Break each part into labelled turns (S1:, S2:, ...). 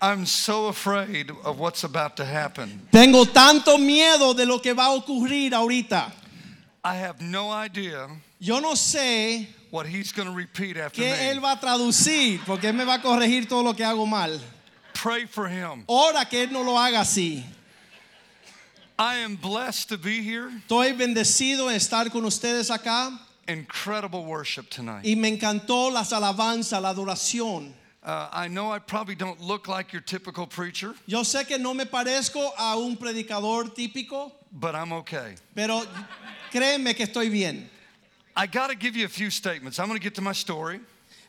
S1: I'm so afraid of what's about to happen.
S2: Tengo tanto miedo de lo que va a ocurrir ahorita.
S1: I have no idea
S2: Yo no sé
S1: what he's going to repeat after
S2: qué él
S1: me.
S2: va a traducir, porque él me va a corregir todo lo que hago mal.
S1: Pray for him.
S2: Ora que él no lo haga así.
S1: I am blessed to be here.
S2: Estoy bendecido en estar con ustedes acá
S1: Incredible worship tonight.
S2: y me encantó las alabanzas, la adoración.
S1: Uh, I know I probably don't look like your typical preacher,
S2: Yo sé que no me parezco a un predicador típico,
S1: but I'm okay.
S2: pero créeme que estoy bien.
S1: I got to give you a few statements. I'm going to get to my story.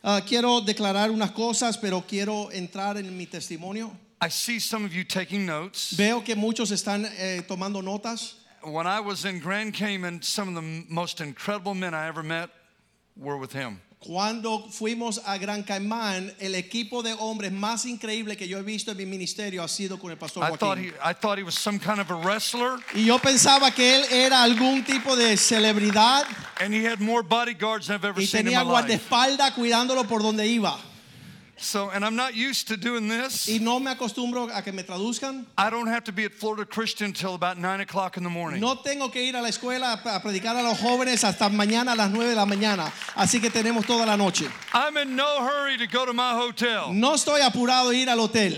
S2: Ah, quiero declarar unas cosas, pero quiero entrar en mi testimonio.
S1: I see some of you taking notes.
S2: Veo que muchos están eh, tomando notas.
S1: When I was in Grand Cayman, some of the m- most incredible men I ever met were with him.
S2: Cuando fuimos a Gran Caimán, el equipo de hombres más increíble que yo he visto en mi ministerio ha sido con el pastor
S1: I thought
S2: Joaquín.
S1: he, I thought he was some kind of a wrestler.
S2: Y yo pensaba que él era algún tipo de celebridad
S1: And he had more bodyguards than I've ever
S2: y
S1: seen in my
S2: tenía
S1: life.
S2: guardaespaldas cuidándolo por donde iba.
S1: So, and I'm not used to doing this.
S2: Y no me acostumbro a que me traduzcan.
S1: I don't have to be at Florida Christian until about nine o'clock in the morning.
S2: No tengo que ir a la escuela a a predicar a los jóvenes hasta mañana a las 9 de la mañana. Así que tenemos toda la noche.
S1: I'm in no hurry to go to my hotel.
S2: No estoy apurado a ir al hotel.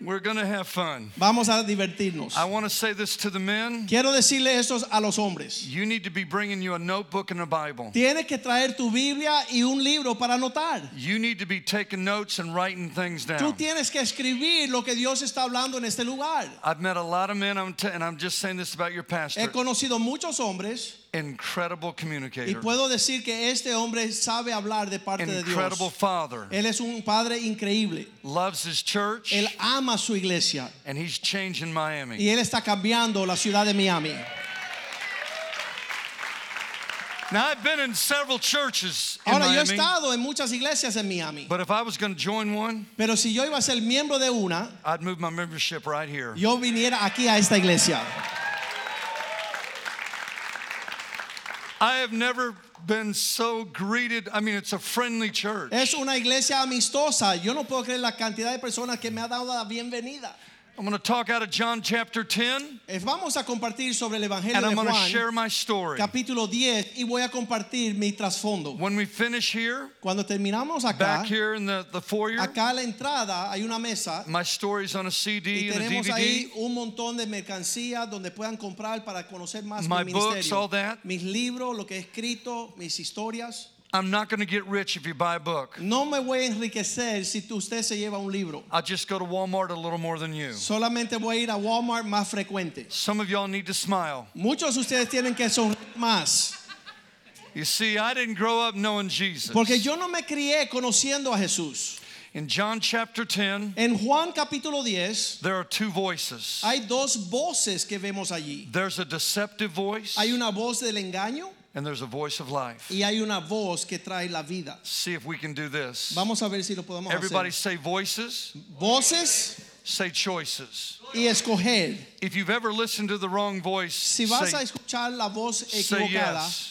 S1: We're gonna have fun.
S2: Vamos a divertirnos.
S1: I want to say this to the men.
S2: Quiero decirle esto a los hombres.
S1: You need to be bringing you a notebook and a Bible.
S2: Tienes que traer tu Biblia y un libro para anotar.
S1: You need to be taking notes and writing things
S2: Tú
S1: down.
S2: tienes que escribir lo que Dios está hablando en este lugar.
S1: I've met a lot of men, I'm t- and I'm just saying this about your
S2: He
S1: pastor.
S2: conocido muchos hombres
S1: Incredible
S2: y
S1: communicator,
S2: puedo decir que este hombre sabe hablar de parte de
S1: incredible
S2: Dios.
S1: father,
S2: Él es un padre increíble.
S1: loves his church,
S2: Él ama su iglesia
S1: and he's changing Miami.
S2: y él está cambiando la ciudad de Miami.
S1: Now I've been in several churches in
S2: Ahora yo he
S1: Miami,
S2: estado en muchas iglesias en Miami,
S1: but if I was going to join one,
S2: pero si yo iba a ser miembro de una,
S1: I'd move my membership right here.
S2: yo viniera aquí a esta iglesia.
S1: I have never been so greeted. I mean, it's a friendly church.
S2: Es una iglesia amistosa. Yo no puedo creer la cantidad de personas que me ha dado la bienvenida.
S1: I'm going to talk out of John chapter 10,
S2: Eh, Vamos a compartir sobre el Evangelio
S1: and I'm
S2: de
S1: going to
S2: Juan,
S1: share my story.
S2: capítulo 10, y voy a compartir mi trasfondo.
S1: When we finish here,
S2: Cuando terminamos acá,
S1: back here in the, the foyer,
S2: acá a la entrada hay una mesa
S1: my story's on a
S2: y
S1: CD and a
S2: tenemos
S1: DVD.
S2: ahí un montón de mercancías donde puedan comprar para conocer más
S1: My
S2: mi
S1: books,
S2: ministerio.
S1: all that.
S2: Mis libros, lo que he escrito, mis historias.
S1: I'm not going to get rich if you buy a book.
S2: No me voy a enriquecer si tú- usted se lleva un libro.
S1: I just go to Walmart a little more than you.
S2: Solamente voy a ir a Walmart más frecuente.
S1: Some of y'all need to smile.
S2: Muchos de ustedes tienen que sonreír más.
S1: You see, I didn't grow up knowing Jesus.
S2: Porque yo no me crié conociendo a Jesús.
S1: In John chapter 10,
S2: En Juan capítulo 10
S1: there are two voices.
S2: hay dos voces que vemos allí.
S1: There's a deceptive voice
S2: Hay una voz del engaño
S1: and there's a voice of life.
S2: y hay una voz que trae la vida.
S1: See if we can do this.
S2: Vamos a ver si lo podemos
S1: Everybody say
S2: hacer.
S1: voices,
S2: Voces
S1: say choices.
S2: y escoger.
S1: If you've ever listened to the wrong voice,
S2: Si vas a
S1: say,
S2: escuchar la voz
S1: say
S2: equivocada,
S1: yes.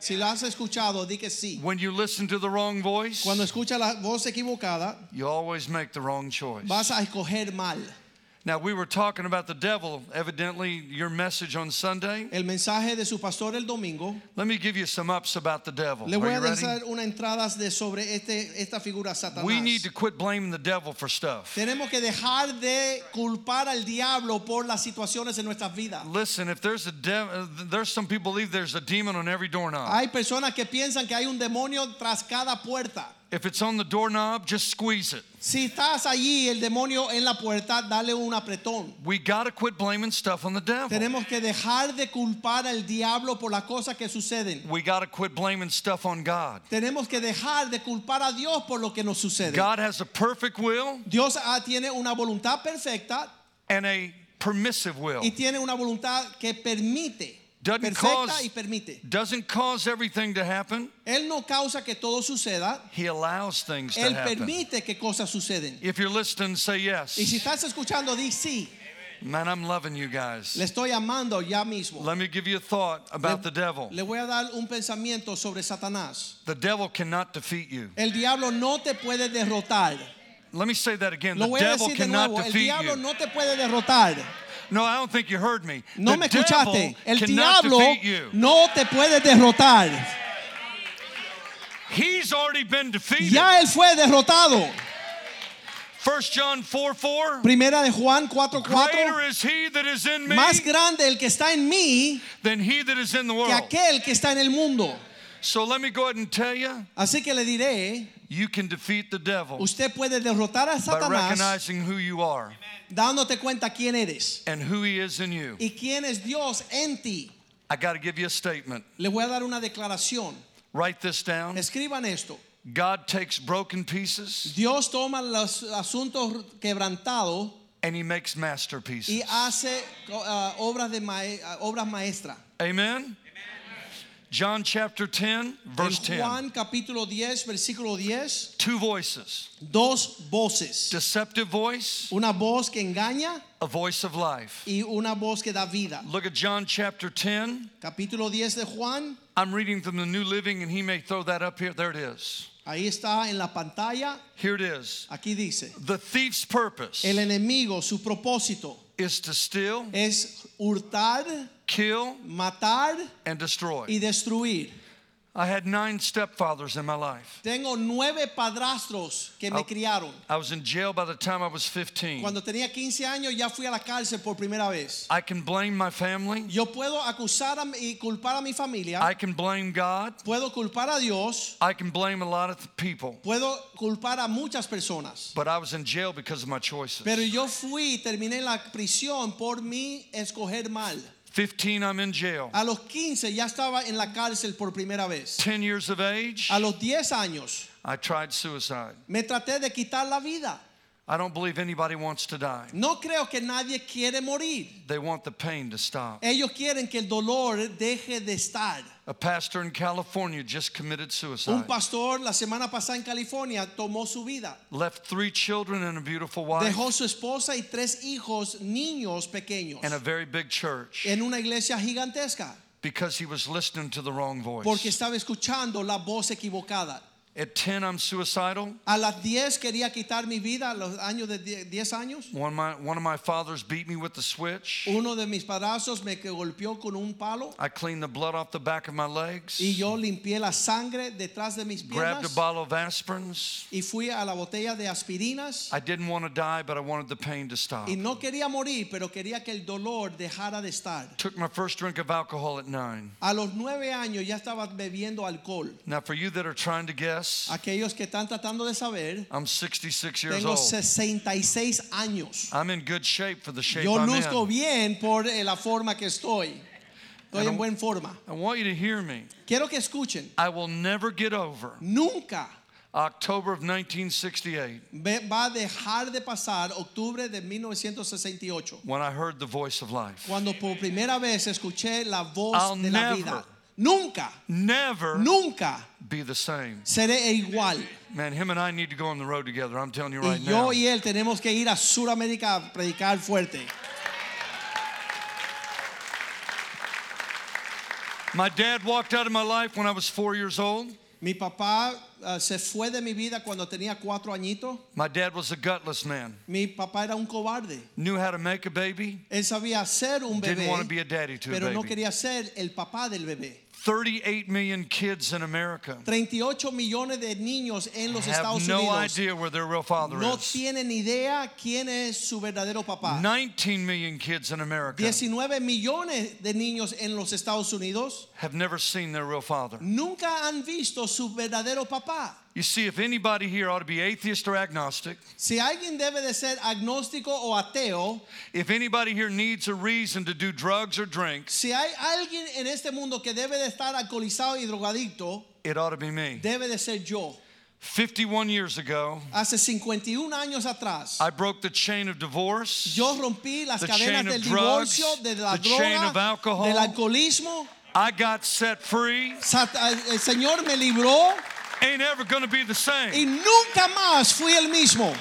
S2: si la has escuchado, di que sí.
S1: When you listen to the wrong voice,
S2: Cuando escuchas la voz equivocada,
S1: you always make the wrong choice.
S2: vas a escoger mal.
S1: Now, we were talking about the devil, evidently, your message on Sunday.
S2: El mensaje de su pastor el domingo.
S1: Let me give you some ups about the devil.
S2: Le
S1: Are
S2: voy
S1: you
S2: a
S1: ready?
S2: dar unas entradas de sobre este, esta figura Satanás.
S1: We need to quit blaming the devil for stuff.
S2: Tenemos que dejar de culpar al diablo por las situaciones en nuestras vidas.
S1: Listen, if there's a de- there's some people believe there's a demon on every doorknob.
S2: Hay personas que piensan que hay un demonio tras cada puerta.
S1: if it's on the doorknob, just squeeze it.
S2: Si estás allí, el demonio en la puerta, dale un apretón.
S1: We got to quit blaming stuff on the devil.
S2: Tenemos que dejar de culpar al diablo por las cosas que suceden.
S1: We got to quit blaming stuff on God.
S2: Tenemos que dejar de culpar a Dios por lo que nos sucede.
S1: God has a perfect will
S2: Dios ah, tiene una voluntad perfecta
S1: and a permissive will.
S2: y tiene una voluntad que permite.
S1: Doesn't
S2: perfecta
S1: cause-
S2: y permite.
S1: Doesn't cause everything to happen.
S2: Él no causa que todo suceda,
S1: He allows things to
S2: Él
S1: happen.
S2: permite que cosas suceden.
S1: If you're listening, say
S2: Y si
S1: yes.
S2: estás escuchando, di sí,
S1: Man, I'm loving you
S2: le
S1: guys.
S2: estoy amando ya mismo.
S1: Let me give you a thought about the devil.
S2: Le voy a dar un pensamiento sobre Satanás.
S1: The devil cannot defeat you.
S2: El diablo no te puede derrotar.
S1: Let me say that again.
S2: Lo
S1: The
S2: voy a
S1: devil
S2: decir de
S1: cannot
S2: nuevo. El
S1: defeat
S2: diablo
S1: you.
S2: no te puede derrotar.
S1: No, I don't think you heard me.
S2: No
S1: The
S2: me
S1: devil
S2: escuchaste. El
S1: cannot
S2: diablo
S1: defeat you.
S2: no te puede derrotar.
S1: He's already been defeated.
S2: Ya él fue derrotado.
S1: 1 John 4 4.
S2: Primera de Juan 4:4.
S1: Greater is he that is in me
S2: Más grande el que está en mí
S1: than he that is in the
S2: que
S1: world.
S2: aquel que está en el mundo.
S1: So let me go ahead and tell you
S2: Así que le diré,
S1: you can defeat the devil
S2: usted puede derrotar a
S1: by
S2: Satanás
S1: recognizing who you are
S2: dándote cuenta quién eres
S1: and who he is in you.
S2: y quién es Dios en ti.
S1: I got to give you a statement.
S2: Le voy a dar una declaración.
S1: Write this down.
S2: Escriban esto.
S1: God takes broken pieces
S2: Dios toma los asuntos quebrantados
S1: and he makes masterpieces.
S2: y hace uh, obras de mae- uh, obras maestras.
S1: Amen. John chapter 10, verse 10.
S2: en Juan capítulo 10, versículo 10,
S1: Two voices
S2: dos voces.
S1: deceptive voice,
S2: Una voz que engaña
S1: a voice of life.
S2: y una voz que da vida.
S1: Look at John chapter 10.
S2: Capítulo 10 de Juan,
S1: I'm reading from the New Living, and he may throw that up here. There it is.
S2: ahí está en la pantalla,
S1: Here it is.
S2: aquí dice,
S1: The thief's purpose
S2: el enemigo, su propósito
S1: is to steal,
S2: es hurtar,
S1: kill,
S2: matar
S1: and destroy.
S2: y destruir.
S1: I had nine stepfathers in my life.
S2: Tengo nueve padrastros que me
S1: Ah.
S2: criaron.
S1: I was in jail by the time I was 15.
S2: Cuando tenía 15 años ya fui a la cárcel por primera vez.
S1: I can blame my family.
S2: Yo puedo acusar a mi- y culpar a mi familia.
S1: I can blame God.
S2: puedo culpar a Dios.
S1: I can blame a lot of people.
S2: Puedo culpar a muchas personas.
S1: But I was in jail because of my choices.
S2: Pero yo fui y terminé en la prisión por mi escoger mal.
S1: 15, I'm in jail.
S2: A los 15 ya estaba en la cárcel por primera vez.
S1: 10 years of age,
S2: A los 10 años
S1: I tried suicide.
S2: me traté de quitar la vida.
S1: I don't believe anybody wants to die.
S2: No creo que nadie quiere morir.
S1: They want the pain to stop.
S2: Ellos quieren que el dolor deje de estar.
S1: A pastor in California just committed
S2: Un
S1: suicide.
S2: pastor la semana pasada en California tomó su vida.
S1: Left three children and a beautiful wife
S2: Dejó su esposa y tres hijos, niños pequeños,
S1: and a very big church
S2: en una iglesia gigantesca,
S1: because he was listening to the wrong
S2: porque
S1: voice.
S2: estaba escuchando la voz equivocada.
S1: At 10, I'm suicidal.
S2: A las 10 quería quitar mi vida, a los años de 10 10 años.
S1: One of, my, one of my fathers beat me with the switch.
S2: Uno de mis padrazos me que- golpeó con un palo
S1: I cleaned the blood off the back of my legs,
S2: y yo limpié la sangre detrás de mis
S1: grabbed a
S2: piernas
S1: bottle of aspirins.
S2: y fui a la botella de aspirinas
S1: I didn't want to die, but I wanted the pain to stop.
S2: y no quería morir, pero quería que el dolor dejara de estar.
S1: Took my first drink of alcohol at nine.
S2: A los 9 años ya estaba bebiendo alcohol.
S1: Now, for you that are trying to guess,
S2: Aquellos que están tratando de saber,
S1: I'm 66 years
S2: Tengo
S1: old.
S2: 66 años.
S1: I'm in good shape for the shape
S2: Yo
S1: I'm
S2: luzco
S1: in.
S2: bien por eh, la forma que estoy. Estoy en
S1: Adam-
S2: buena forma.
S1: I want you to hear me.
S2: Quiero que escuchen.
S1: I will never get over
S2: Nunca
S1: October of 1968
S2: ve- va a dejar de pasar octubre de 1968,
S1: when I heard the voice of life.
S2: cuando por primera vez escuché la voz
S1: I'll
S2: de la
S1: never-
S2: vida. Nunca,
S1: Never
S2: nunca
S1: be the same.
S2: seré igual.
S1: Man, him and I need to go on the road together. I'm telling you right
S2: Y yo
S1: now.
S2: y él tenemos que ir a Sudamérica a predicar fuerte.
S1: My dad walked out of my life when I was four years old.
S2: Mi papá ah, se fue de mi vida cuando tenía cuatro añitos.
S1: My dad was a gutless man,
S2: Mi papá era un cobarde.
S1: knew how to make a baby,
S2: Él sabía ser un
S1: Didn't
S2: bebé,
S1: want to be a daddy to a
S2: pero no
S1: baby.
S2: quería ser el papá del bebé.
S1: 38 million kids in America
S2: 38 millones de niños en los
S1: have
S2: Estados
S1: no
S2: Unidos
S1: idea where their real father
S2: no
S1: is.
S2: tienen idea quién es su verdadero papá.
S1: 19 million kids in America
S2: 19 millones de niños en los Estados Unidos
S1: have never seen their real father.
S2: nunca han visto su verdadero papá.
S1: You see, if anybody here ought to be atheist or agnostic,
S2: Si alguien debe de ser agnóstico o ateo,
S1: if anybody here needs a reason to do drugs or drinks,
S2: si hay alguien en este mundo que debe de estar alcoholizado y drogadicto,
S1: it ought to be me.
S2: debe de ser yo.
S1: 51 years ago,
S2: Hace 51 años atrás,
S1: I broke the chain of divorce.
S2: yo rompí las
S1: The
S2: cadenas
S1: chain of
S2: del
S1: drugs,
S2: divorcio, de la
S1: the chain of
S2: droga,
S1: alcohol.
S2: del alcoholismo.
S1: I got set free.
S2: Sat- El Señor me libró
S1: Ain't ever going to be the
S2: y
S1: same.
S2: nunca más fui el mismo.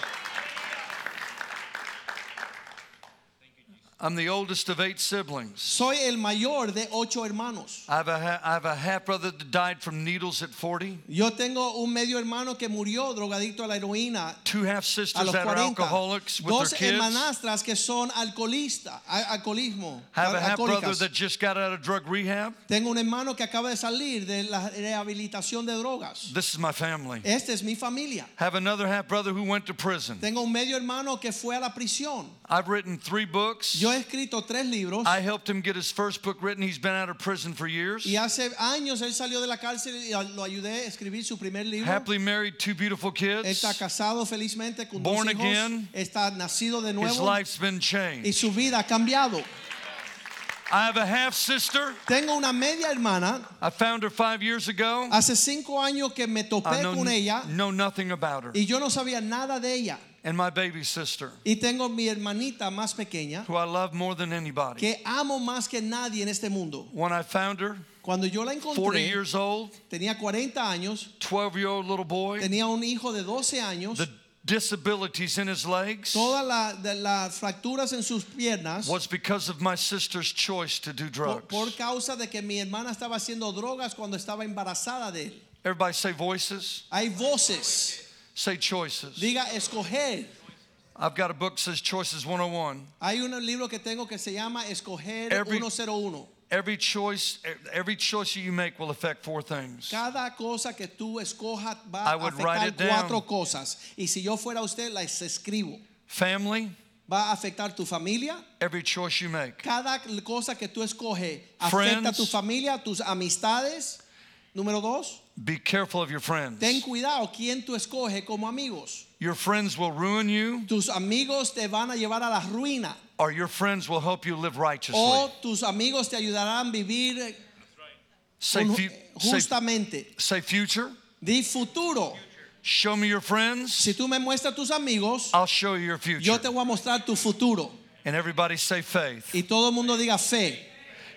S1: I'm the oldest of eight siblings.
S2: Soy el mayor de ocho hermanos.
S1: I have a, ha- I have a half brother that died from needles at 40,
S2: Yo tengo un medio hermano que murió drogadicto a la heroína
S1: two half
S2: a
S1: sisters
S2: los
S1: that are
S2: 40.
S1: alcoholics with
S2: Dos
S1: their kids.
S2: hermanastras que son alcoholistas, a- alcoholismo,
S1: I have a half brother
S2: alcohólicas.
S1: that just got out of drug rehab.
S2: Tengo un hermano que acaba de salir de la rehabilitación de drogas.
S1: This is my family.
S2: Esta es mi familia.
S1: Have another half brother who went to prison.
S2: Tengo un medio hermano que fue a la prisión.
S1: I've written three books.
S2: Yo he escrito tres libros
S1: I helped him get his first book written. He's been out of prison for years.
S2: y hace años él salió de la cárcel y lo ayudé a escribir su primer libro.
S1: Happily married, two beautiful
S2: Él
S1: kids.
S2: está casado felizmente con
S1: Born
S2: dos hijos.
S1: again.
S2: Está nacido de
S1: His
S2: nuevo
S1: life's been
S2: y
S1: changed.
S2: su vida ha cambiado.
S1: I have a half sister.
S2: Tengo una media hermana.
S1: I found her five years ago.
S2: Hace cinco años que me
S1: I
S2: topé
S1: know,
S2: con ella
S1: know nothing about her.
S2: y yo no sabía nada de ella.
S1: And my baby sister,
S2: Y tengo mi hermanita más pequeña
S1: who I love more than anybody.
S2: que amo más que nadie en este mundo.
S1: When I found her,
S2: Cuando yo la
S1: 40
S2: encontré,
S1: years old,
S2: tenía 40 años,
S1: 12 year old little boy,
S2: tenía un hijo de 12 años,
S1: the disabilities in his legs
S2: todas la- de las fracturas en sus piernas
S1: was because of my sister's choice to do
S2: por,
S1: drugs.
S2: por causa de que mi hermana estaba haciendo drogas cuando estaba embarazada de él.
S1: Everybody say voices,
S2: Hay voces.
S1: say choices.
S2: Diga escoger.
S1: I've got a book that says Choices 101.
S2: Hay un libro que tengo que se llama Escoger
S1: Every-
S2: 101.
S1: Every choice, e, every choice you make will affect four things.
S2: Cada cosa que tú escojas va
S1: I
S2: a
S1: would write
S2: afectar
S1: it down.
S2: cuatro cosas. Y si yo fuera usted, las escribo.
S1: Family,
S2: Va a afectar tu familia.
S1: every choice you make.
S2: Cada cosa que tú escoges afecta a tu
S1: Friends.
S2: familia, tus amistades. Número dos,
S1: Be careful of your friends.
S2: ten cuidado quién tú escoges como amigos.
S1: Your friends will ruin you,
S2: Tus amigos te van a llevar a la ruina
S1: or your friends will help you live righteously.
S2: o tus amigos te ayudarán a vivir
S1: say,
S2: con-
S1: fu- say,
S2: justamente.
S1: say future.
S2: Di futuro.
S1: Show me your friends.
S2: Si tú me muestras tus amigos,
S1: I'll show you your future.
S2: yo te voy a mostrar tu futuro.
S1: And everybody say faith.
S2: Y todo el mundo diga fe.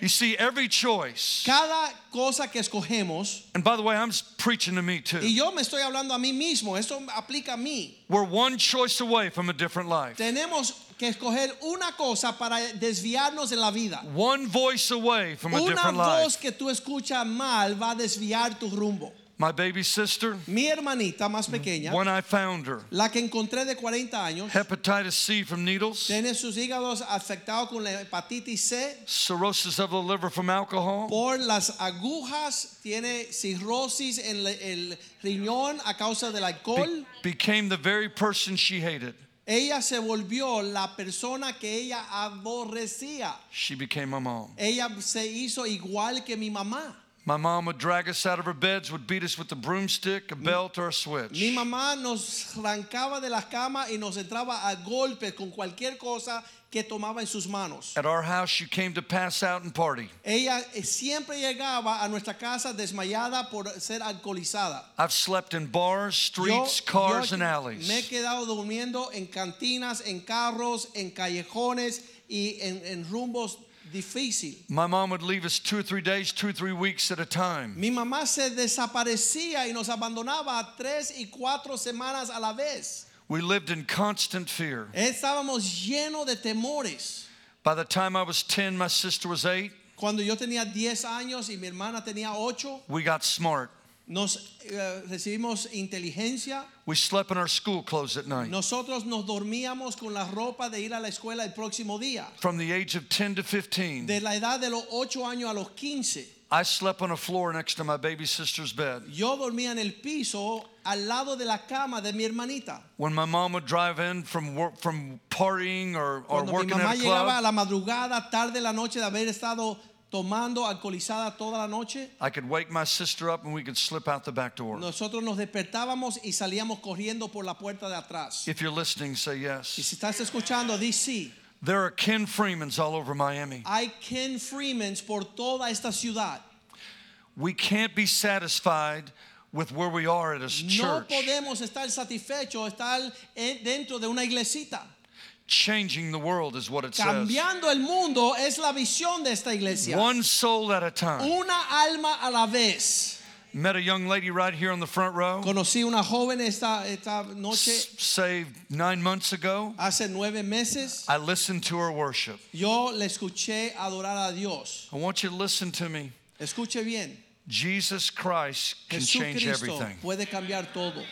S1: You see, every choice,
S2: Cada cosa que escogemos,
S1: and by the way, I'm s- preaching to me
S2: y
S1: too.
S2: yo me estoy hablando a mí mismo, eso aplica a mí.
S1: We're one choice away from a different life,
S2: Tenemos que escoger una cosa para desviarnos de la vida.
S1: one voice away from a
S2: Una
S1: different
S2: voz
S1: life.
S2: que tú escuchas mal va a desviar tu rumbo.
S1: My baby sister,
S2: Mi hermanita más
S1: Mm,
S2: pequeña,
S1: when I found her,
S2: la que encontré de 40 años,
S1: hepatitis C from needles,
S2: tiene sus hígados afectados con la hepatitis C
S1: cirrhosis of the liver from alcohol,
S2: por las agujas, tiene cirrosis en la- el riñón a causa del alcohol.
S1: be- became the very person she hated.
S2: Ella se volvió la persona que ella aborrecía.
S1: She became my mom.
S2: Ella se hizo igual que mi mamá.
S1: My mom would drag us out of our beds, would beat us with a broomstick, a belt, or a switch.
S2: Mi mamá nos arrancaba de las camas y nos entraba a golpes con cualquier cosa que tomaba en sus manos.
S1: At our house, you came to pass out and party.
S2: Ella eh, siempre llegaba a nuestra casa desmayada por ser alcoholizada.
S1: I've slept in bars,
S2: Yo-
S1: streets, cars,
S2: yo
S1: and alleys.
S2: me he quedado durmiendo en cantinas, en carros, en callejones y en, en rumbos difíciles.
S1: My mom would leave us two or three days, two or three weeks at a time.
S2: Mi mamá se desaparecía y nos abandonaba tres y cuatro semanas a la vez.
S1: We lived in constant fear.
S2: Estábamos llenos de temores.
S1: By the time I was 10, my sister was 8.
S2: Cuando yo tenía 10 años y mi hermana tenía 8,
S1: We got smart.
S2: nos eh, recibimos inteligencia.
S1: We slept in our school clothes at night.
S2: Nosotros nos dormíamos con la ropa de ir a la escuela el próximo día.
S1: From the age of 10 to 15,
S2: De la edad de los 8 años a los 15,
S1: I slept on a floor next to my baby sister's bed.
S2: yo dormía en el piso al lado de la cama de mi hermanita.
S1: When my mom would drive in from work, from partying or, or
S2: Cuando mi
S1: working at
S2: mamá
S1: a
S2: llegaba a
S1: club,
S2: la madrugada, tarde la noche de haber estado tomando alcoholizada toda la noche.
S1: I could wake my sister up and we could slip out the back door.
S2: Nosotros nos despertábamos y salíamos corriendo por la puerta de atrás.
S1: If you're listening, say
S2: Y
S1: yes.
S2: si estás escuchando, di sí.
S1: There are Ken Freemans all over Miami.
S2: Hay Ken Freemans por toda esta ciudad.
S1: We can't be satisfied with where we are at a
S2: No
S1: church,
S2: podemos estar satisfechos, estar en- dentro de una iglesita.
S1: changing the world is what it says.
S2: Cambiando el mundo es la visión de esta iglesia.
S1: One soul at a time.
S2: Una alma a la vez.
S1: Met a young lady right here on the front row,
S2: Conocí una joven esta, esta
S1: s-
S2: noche,
S1: saved nine months ago.
S2: hace nueve meses.
S1: I listened to her worship.
S2: Yo le escuché adorar a Dios.
S1: I want you to listen to me.
S2: Escuche bien.
S1: Jesus Christ can change
S2: Jesucristo
S1: everything.
S2: puede cambiar todo.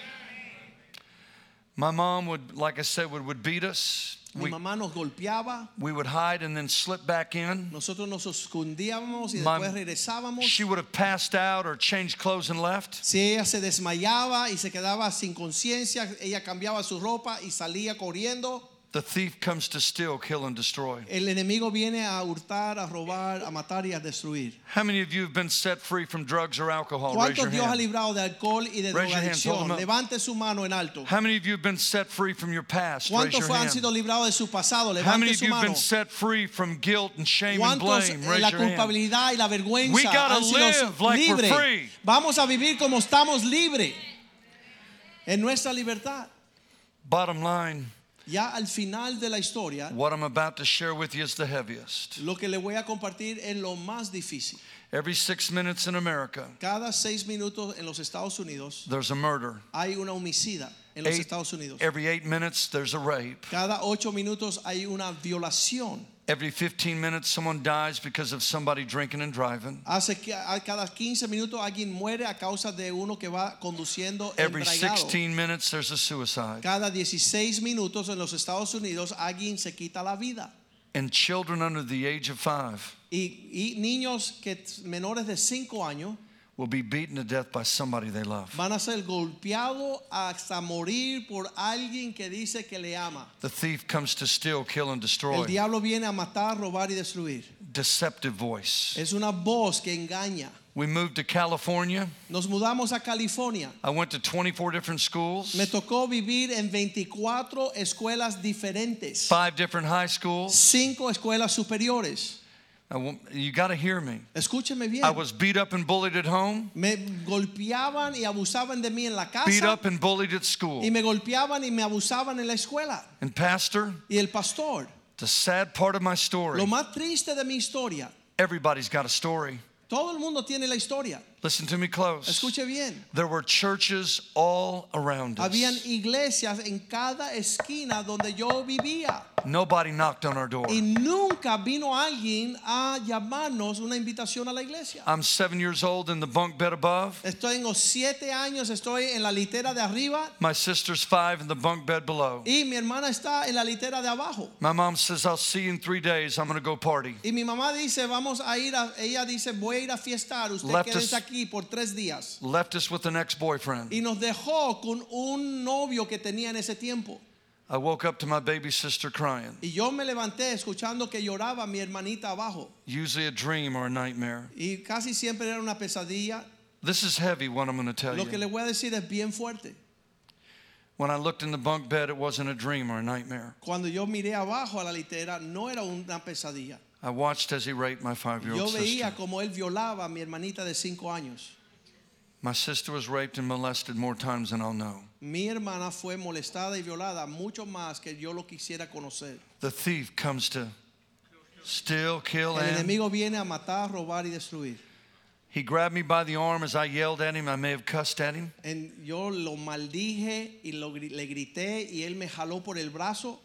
S1: My mom would, like I said, would, would beat us.
S2: Mi
S1: We,
S2: mamá nos golpeaba,
S1: we would hide and then slip back in.
S2: nosotros nos escondíamos y
S1: My-
S2: después regresábamos.
S1: She would have passed out or changed clothes and left.
S2: Si ella se desmayaba y se quedaba sin conciencia, ella cambiaba su ropa y salía corriendo.
S1: The thief comes to steal, kill, and destroy.
S2: El enemigo viene a hurtar, a robar, a matar y a destruir.
S1: How many of you have been set free from drugs or alcohol? Oh, Raise your
S2: ¿Cuántos Dios ha
S1: hand.
S2: librado de alcohol y de
S1: Raise your hands, hold them
S2: drogadicción?
S1: up.
S2: Levante su mano en alto.
S1: How many of you have been set free from your past? Raise
S2: ¿Cuántos
S1: your
S2: fue- han sido
S1: hand.
S2: librados de su pasado?
S1: How many
S2: Levante
S1: of
S2: su
S1: you have
S2: mano.
S1: been set free from guilt and shame and
S2: ¿Cuántos
S1: blame?
S2: eh, la
S1: Raise your hand.
S2: culpabilidad y la
S1: We
S2: vergüenza
S1: gotta
S2: han sido
S1: live like we're
S2: libres?
S1: free.
S2: Vamos a vivir como estamos libres en nuestra libertad.
S1: Bottom line,
S2: Ya al final de la historia,
S1: what I'm about to share with you is the heaviest.
S2: lo que le voy a compartir es lo más difícil.
S1: Every six minutes in America,
S2: Cada seis minutos en los Estados Unidos
S1: there's a murder.
S2: hay una homicida en los
S1: Eight-
S2: Estados Unidos.
S1: Every eight minutes, there's a rape.
S2: Cada ocho minutos hay una violación.
S1: Every 15 minutes, someone dies because of somebody drinking and driving.
S2: Hace que a cada 15 minutos alguien muere a causa de uno que va conduciendo
S1: Every
S2: embriagado.
S1: 16 minutes, there's a suicide.
S2: Cada 16 minutos en los Estados Unidos alguien se quita la vida.
S1: And children under the age of five
S2: Y, y niños que t- menores de 5 años
S1: will be beaten to death by somebody they love.
S2: van a ser golpeados hasta morir por alguien que dice que le ama.
S1: The thief comes to steal, kill, and
S2: El
S1: destroy.
S2: diablo viene a matar, robar y destruir.
S1: Deceptive voice.
S2: Es una voz que engaña.
S1: We moved to California.
S2: Nos mudamos a California.
S1: I went to 24 different schools,
S2: Me tocó vivir en 24 escuelas diferentes,
S1: five different high schools.
S2: cinco escuelas superiores.
S1: I won't- you got to hear me.
S2: Escúcheme bien.
S1: I was beat up and bullied at home,
S2: Me golpeaban y abusaban de mí en la
S1: beat
S2: casa
S1: up and bullied at
S2: y
S1: school.
S2: me golpeaban y me abusaban en la escuela.
S1: And, Pastor,
S2: Y el pastor,
S1: the sad part of my story
S2: lo más triste de mi historia,
S1: Everybody's got a story.
S2: todo el mundo tiene la historia.
S1: Listen to me close.
S2: Escuche bien.
S1: There were churches all around
S2: Habían
S1: us.
S2: iglesias en cada esquina donde yo vivía
S1: Nobody knocked on our door.
S2: y nunca vino alguien a llamarnos una invitación a la iglesia.
S1: I'm seven years old in the bunk bed above.
S2: Estoy en los siete años, estoy en la litera de arriba
S1: My sister's five in the bunk bed below.
S2: y mi hermana está en la litera de abajo.
S1: My mom says, I'll see you in three days. I'm going to go party.
S2: Y mi mamá dice, vamos a ir, a, ella dice, voy a ir a fiestar, usted
S1: Left us-
S2: quédese aquí por tres días.
S1: Left us with an ex boyfriend.
S2: Y nos dejó con un novio que tenía en ese tiempo.
S1: I woke up to my baby sister crying.
S2: Y yo me levanté escuchando que lloraba mi hermanita abajo.
S1: Usually a dream or a nightmare.
S2: Y casi siempre era una pesadilla.
S1: This is heavy, what I'm going to tell
S2: Lo que le
S1: you.
S2: voy a decir es bien fuerte.
S1: When I looked in the bunk bed, it wasn't a dream or a nightmare.
S2: Cuando yo miré abajo a la litera, no era una pesadilla.
S1: I watched as he raped my five year old
S2: Yo
S1: sister.
S2: veía como él violaba a mi hermanita de cinco años.
S1: My sister was raped and molested more times than I'll know.
S2: Mi hermana fue molestada y violada mucho más que yo lo quisiera conocer.
S1: The thief comes to steal, kill,
S2: El
S1: and
S2: enemigo viene a matar, robar y destruir.
S1: he grabbed me by the arm as I yelled at him. I may have cussed at him.
S2: En- yo lo maldije y lo gri- le grité y él me jaló por el brazo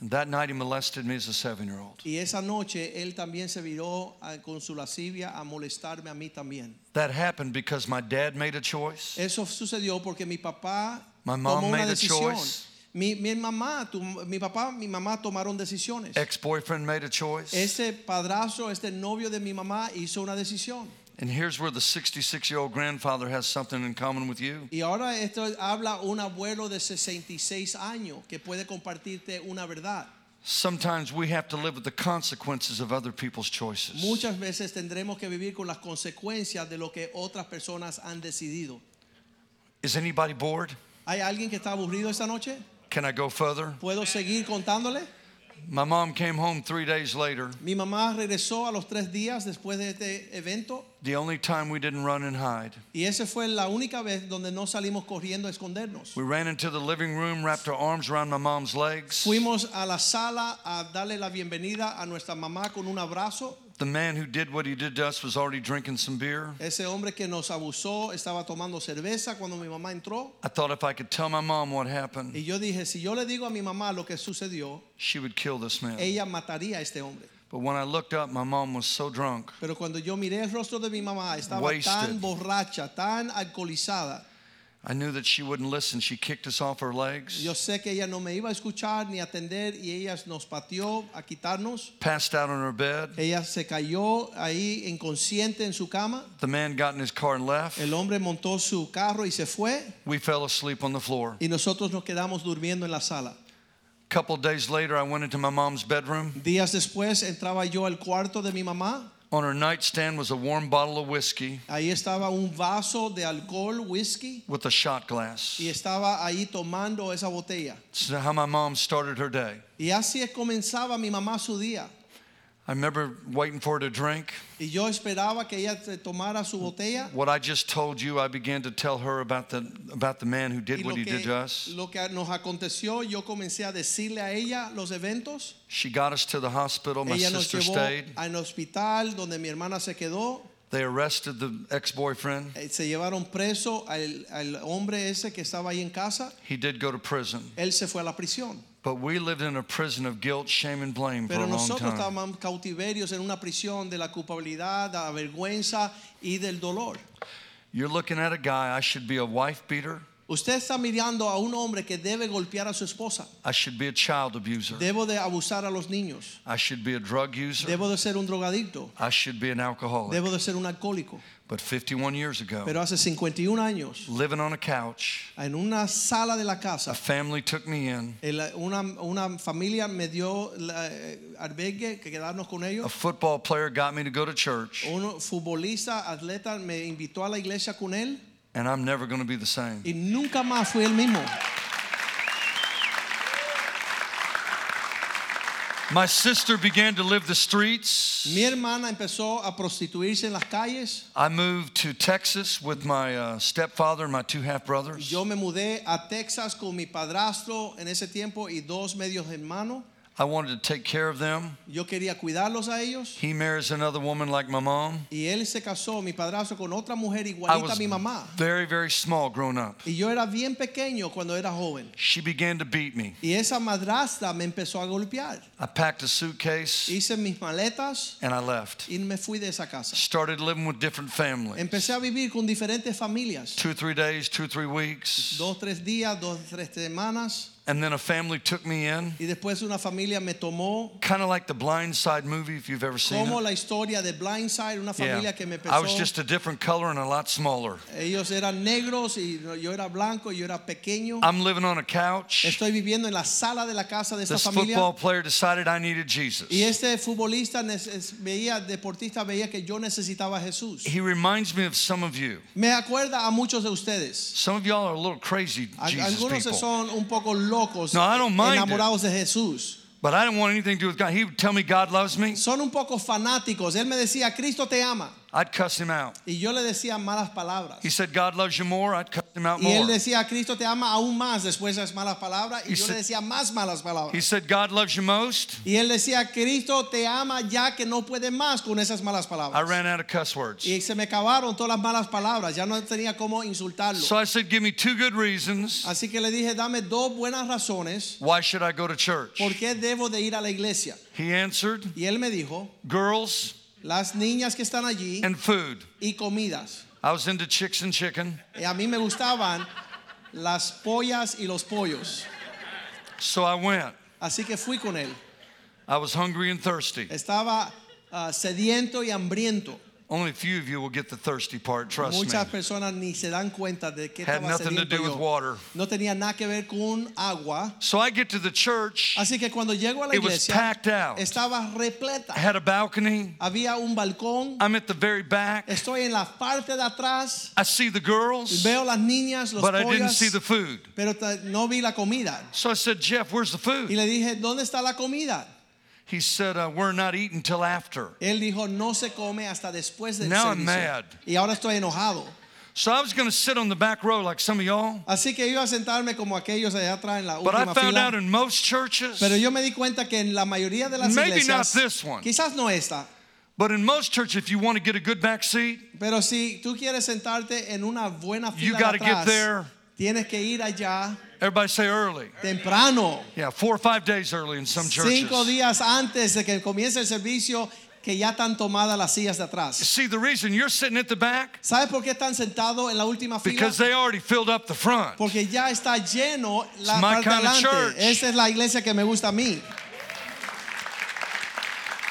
S1: And that night he molested me as a seven year old.
S2: y esa noche él también se viró a- con su lascivia a molestarme a mí también.
S1: That happened because my dad made a choice.
S2: Eso sucedió porque mi papá
S1: My mom
S2: tomó una
S1: made a
S2: decisión.
S1: choice.
S2: Mi, mi mamá, tu- mi papá, mi mamá tomaron decisiones.
S1: Ex boyfriend made a choice.
S2: Este padrastro, este novio de mi mamá hizo una decisión.
S1: And here's where the 66 year old grandfather has something in common with you.
S2: Y ahora esto habla un abuelo de 66 años que puede compartirte una verdad.
S1: Sometimes we have to live with the consequences of other people's choices.
S2: Muchas veces tendremos que vivir con las consecuencias de lo que otras personas han decidido.
S1: Is anybody bored?
S2: ¿Hay alguien que está aburrido esta noche?
S1: Can I go further?
S2: ¿Puedo seguir contándole?
S1: My mom came home three days later.
S2: Mi mamá regresó a los tres días después de este evento
S1: The only time we didn't run and hide.
S2: y esa fue la única vez donde no salimos corriendo a escondernos.
S1: We ran into the living room, wrapped our arms around my mom's legs.
S2: Fuimos a la sala a darle la bienvenida a nuestra mamá con un abrazo.
S1: The man who did what he did to us was already drinking some beer.
S2: Ese hombre que nos abusó estaba tomando cerveza cuando mi mamá entró.
S1: I thought if I could tell my mom what happened,
S2: Y yo dije, si yo le digo a mi mamá lo que sucedió,
S1: she would kill this man.
S2: ella mataría a este hombre.
S1: But when I looked up, my mom was so drunk.
S2: Pero cuando yo miré el rostro de mi mamá, estaba
S1: Wasted.
S2: tan borracha, tan alcoholizada.
S1: I knew that she wouldn't listen. She kicked us off her legs,
S2: Yo sé que ella no me iba a escuchar ni atender y ella nos pateó a quitarnos.
S1: passed out on her bed.
S2: Ella se cayó ahí inconsciente en su cama.
S1: The man got in his car and left.
S2: El hombre montó su carro y se fue
S1: We fell asleep on the floor.
S2: y nosotros nos quedamos durmiendo en la sala.
S1: A couple days later, I went into my mom's bedroom.
S2: Días después entraba yo al cuarto de mi mamá.
S1: On her nightstand was a warm bottle of whiskey
S2: Ahí estaba un vaso de alcohol, whisky,
S1: with a shot glass.
S2: y estaba ahí tomando esa botella.
S1: It's how my mom started her day.
S2: Y así es comenzaba mi mamá su día.
S1: I remember waiting for her to drink.
S2: Y yo esperaba que ella te tomara su botella.
S1: What I just told you, I began to tell her about the about the man who
S2: Y
S1: did
S2: lo
S1: what he did to
S2: que,
S1: us.
S2: lo que nos aconteció, yo comencé a decirle a ella los eventos.
S1: She got us to the hospital. My
S2: ella nos
S1: sister
S2: llevó
S1: stayed.
S2: al hospital donde mi hermana se quedó.
S1: They arrested the ex-boyfriend.
S2: Eh, Se llevaron preso al, al hombre ese que estaba ahí en casa.
S1: He did go to prison,
S2: Él se fue a la prisión.
S1: but we lived in a prison of guilt, shame, and blame for
S2: Pero
S1: a long
S2: nosotros
S1: time.
S2: estábamos cautiverios en una prisión de la culpabilidad, de la vergüenza y del dolor.
S1: You're looking at a guy. I should be a wife beater.
S2: Usted está mirando a un hombre que debe golpear a su esposa.
S1: I should be a child abuser.
S2: Debo de abusar a los niños.
S1: I should be a drug user.
S2: Debo de ser un drogadicto.
S1: I should be an alcoholic.
S2: Debo de ser un alcohólico.
S1: But 51 years ago,
S2: Pero hace 51 años,
S1: living on a couch,
S2: en una sala de la
S1: a
S2: casa,
S1: family took me in.
S2: el- una, una familia me dio la, eh, albergue que quedarnos con
S1: A
S2: ellos.
S1: football player got me to go to church,
S2: Un futbolista, atleta, me invitó a la iglesia con él
S1: and I'm never going to be the same.
S2: y nunca más fui el mismo.
S1: My sister began to live the streets.
S2: Mi hermana empezó a prostituirse en las calles.
S1: I moved to Texas with my uh, stepfather and my two half brothers.
S2: Yo me mudé a Texas con mi padrastro en ese tiempo y dos medios hermanos.
S1: I wanted to take care of them.
S2: Yo quería cuidarlos a ellos.
S1: He marries another woman like my mom.
S2: Y él se casó, mi padrastro, con otra mujer
S1: I
S2: igualita a
S1: was
S2: mi mamá.
S1: very, very small growing up.
S2: Y yo era bien pequeño cuando era joven.
S1: She began to beat me.
S2: Y esa madrastra me empezó a golpear.
S1: I packed a suitcase
S2: Hice mis maletas
S1: and I left.
S2: y me fui de esa casa.
S1: Started living with different families.
S2: Empecé a vivir con diferentes familias.
S1: Two, three days, two, three weeks.
S2: Dos, tres días, dos, tres semanas.
S1: And then a family took me in.
S2: Y después una familia me tomó.
S1: Kind of like the Blind Side movie, if you've ever seen
S2: Como
S1: it.
S2: la historia de Blindside,
S1: Yeah.
S2: una familia que me
S1: I was
S2: empezó.
S1: just a different color and a lot smaller.
S2: Ellos eran negros y yo era blanco, yo era pequeño.
S1: I'm living on a couch.
S2: Estoy viviendo en la sala de la casa de esta
S1: This
S2: familia.
S1: football player decided I needed Jesus.
S2: Y este futbolista nes- es- veía, deportista veía que yo necesitaba a Jesús.
S1: He reminds me of some of you.
S2: Me acuerda a muchos de ustedes.
S1: Some of y'all are a little crazy
S2: A-
S1: Jesus
S2: Algunos se
S1: people.
S2: son un poco locos,
S1: No, I don't mind
S2: enamorados de Jesús.
S1: But I didn't want anything to do with God. He would tell me God loves me.
S2: Son un poco fanáticos. Él me decía, Cristo te ama.
S1: I'd cuss him out.
S2: Y yo le decía malas palabras.
S1: He said God loves you more. I'd cuss him out
S2: Y él
S1: more.
S2: decía, Cristo te ama aún más después de las malas palabras. Y
S1: He
S2: yo le
S1: said-
S2: decía más malas
S1: He
S2: palabras.
S1: said God loves you most.
S2: Y él decía, Cristo te ama ya que no puede más con esas malas
S1: I
S2: palabras.
S1: ran out of cuss words.
S2: Y se me acabaron todas las malas palabras. Ya no tenía cómo insultarlo.
S1: So I said, give me two good reasons
S2: Así que le dije, dame dos buenas razones
S1: why should I go to church.
S2: por qué debo de ir a la iglesia.
S1: He answered,
S2: Y él me dijo,
S1: girls
S2: las niñas que están allí
S1: and food.
S2: y comidas.
S1: I was into chicks and chicken,
S2: Y a mí me gustaban las pollas y los pollos.
S1: so I went.
S2: Así que fui con él.
S1: I was hungry and thirsty.
S2: Estaba ah, sediento y hambriento.
S1: Only a few of you will get the thirsty part, trust
S2: Muchas
S1: me.
S2: personas ni se dan cuenta de que
S1: Had
S2: estaba
S1: nothing to
S2: sediento
S1: do with
S2: yo.
S1: water.
S2: No tenía nada que ver con agua.
S1: So I get to the church,
S2: Así que cuando llego a la
S1: It was
S2: iglesia,
S1: packed out.
S2: estaba
S1: I
S2: repleta.
S1: had a balcony.
S2: Había un balcón.
S1: I'm at the very back.
S2: Estoy en la parte de atrás.
S1: I see the girls,
S2: Veo las niñas, los
S1: but I didn't
S2: pollas,
S1: see the food.
S2: pero ta- no vi la comida.
S1: So I said, Jeff, where's the
S2: Y
S1: food?
S2: le dije, ¿dónde está la comida?
S1: He said, uh, We're not eating till after.
S2: Él dijo, no se come hasta después del
S1: Now I'm
S2: servicio.
S1: mad.
S2: Y ahora estoy enojado.
S1: So I was going to sit on the back row like some of y'all,
S2: Así que iba a sentarme como aquellos allá atrás en la
S1: but I
S2: última
S1: found
S2: fila.
S1: out in most churches,
S2: Pero yo me di cuenta que en la mayoría de las
S1: Maybe
S2: iglesias,
S1: not this one.
S2: quizás no esta,
S1: but in most churches, if you want to get a good back seat,
S2: pero si tú quieres sentarte en una buena
S1: you
S2: fila de
S1: got to get
S2: atrás,
S1: there.
S2: tienes que ir allá
S1: Everybody say early.
S2: temprano,
S1: Yeah, four or five days early in some churches.
S2: cinco días antes de que comience el servicio, que ya están tomadas las sillas de atrás.
S1: See, the reason you're sitting at the back
S2: ¿Sabes por qué están sentados en la última fila?
S1: because they already filled up the front.
S2: Porque ya está lleno
S1: It's
S2: la
S1: my
S2: parte
S1: kind of
S2: delante.
S1: church.
S2: Esa es la iglesia que me gusta a mí.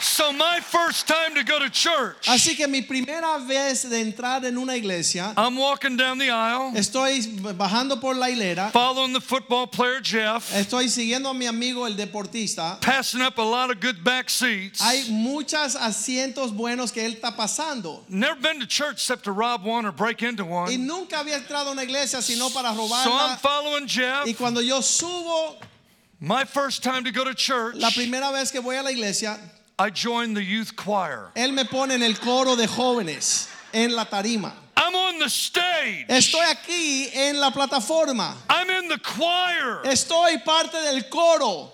S1: So my first time to go to church,
S2: Así que mi primera vez de entrar en una iglesia,
S1: I'm walking down the aisle,
S2: estoy bajando por la hilera,
S1: following the football player Jeff,
S2: estoy siguiendo a mi amigo el deportista.
S1: passing up a lot of good back seats.
S2: Hay muchos asientos buenos que él está pasando.
S1: Never been to church except to rob one or break into
S2: Y
S1: one.
S2: nunca había entrado a una iglesia sino para
S1: So I'm
S2: robarla.
S1: following Jeff.
S2: Y cuando yo subo,
S1: My first time to go to church,
S2: la primera vez que voy a la iglesia,
S1: I joined the youth choir.
S2: él me pone en el coro de jóvenes, en la tarima.
S1: I'm on the stage.
S2: Estoy aquí en la plataforma.
S1: I'm in the choir.
S2: Estoy parte del coro.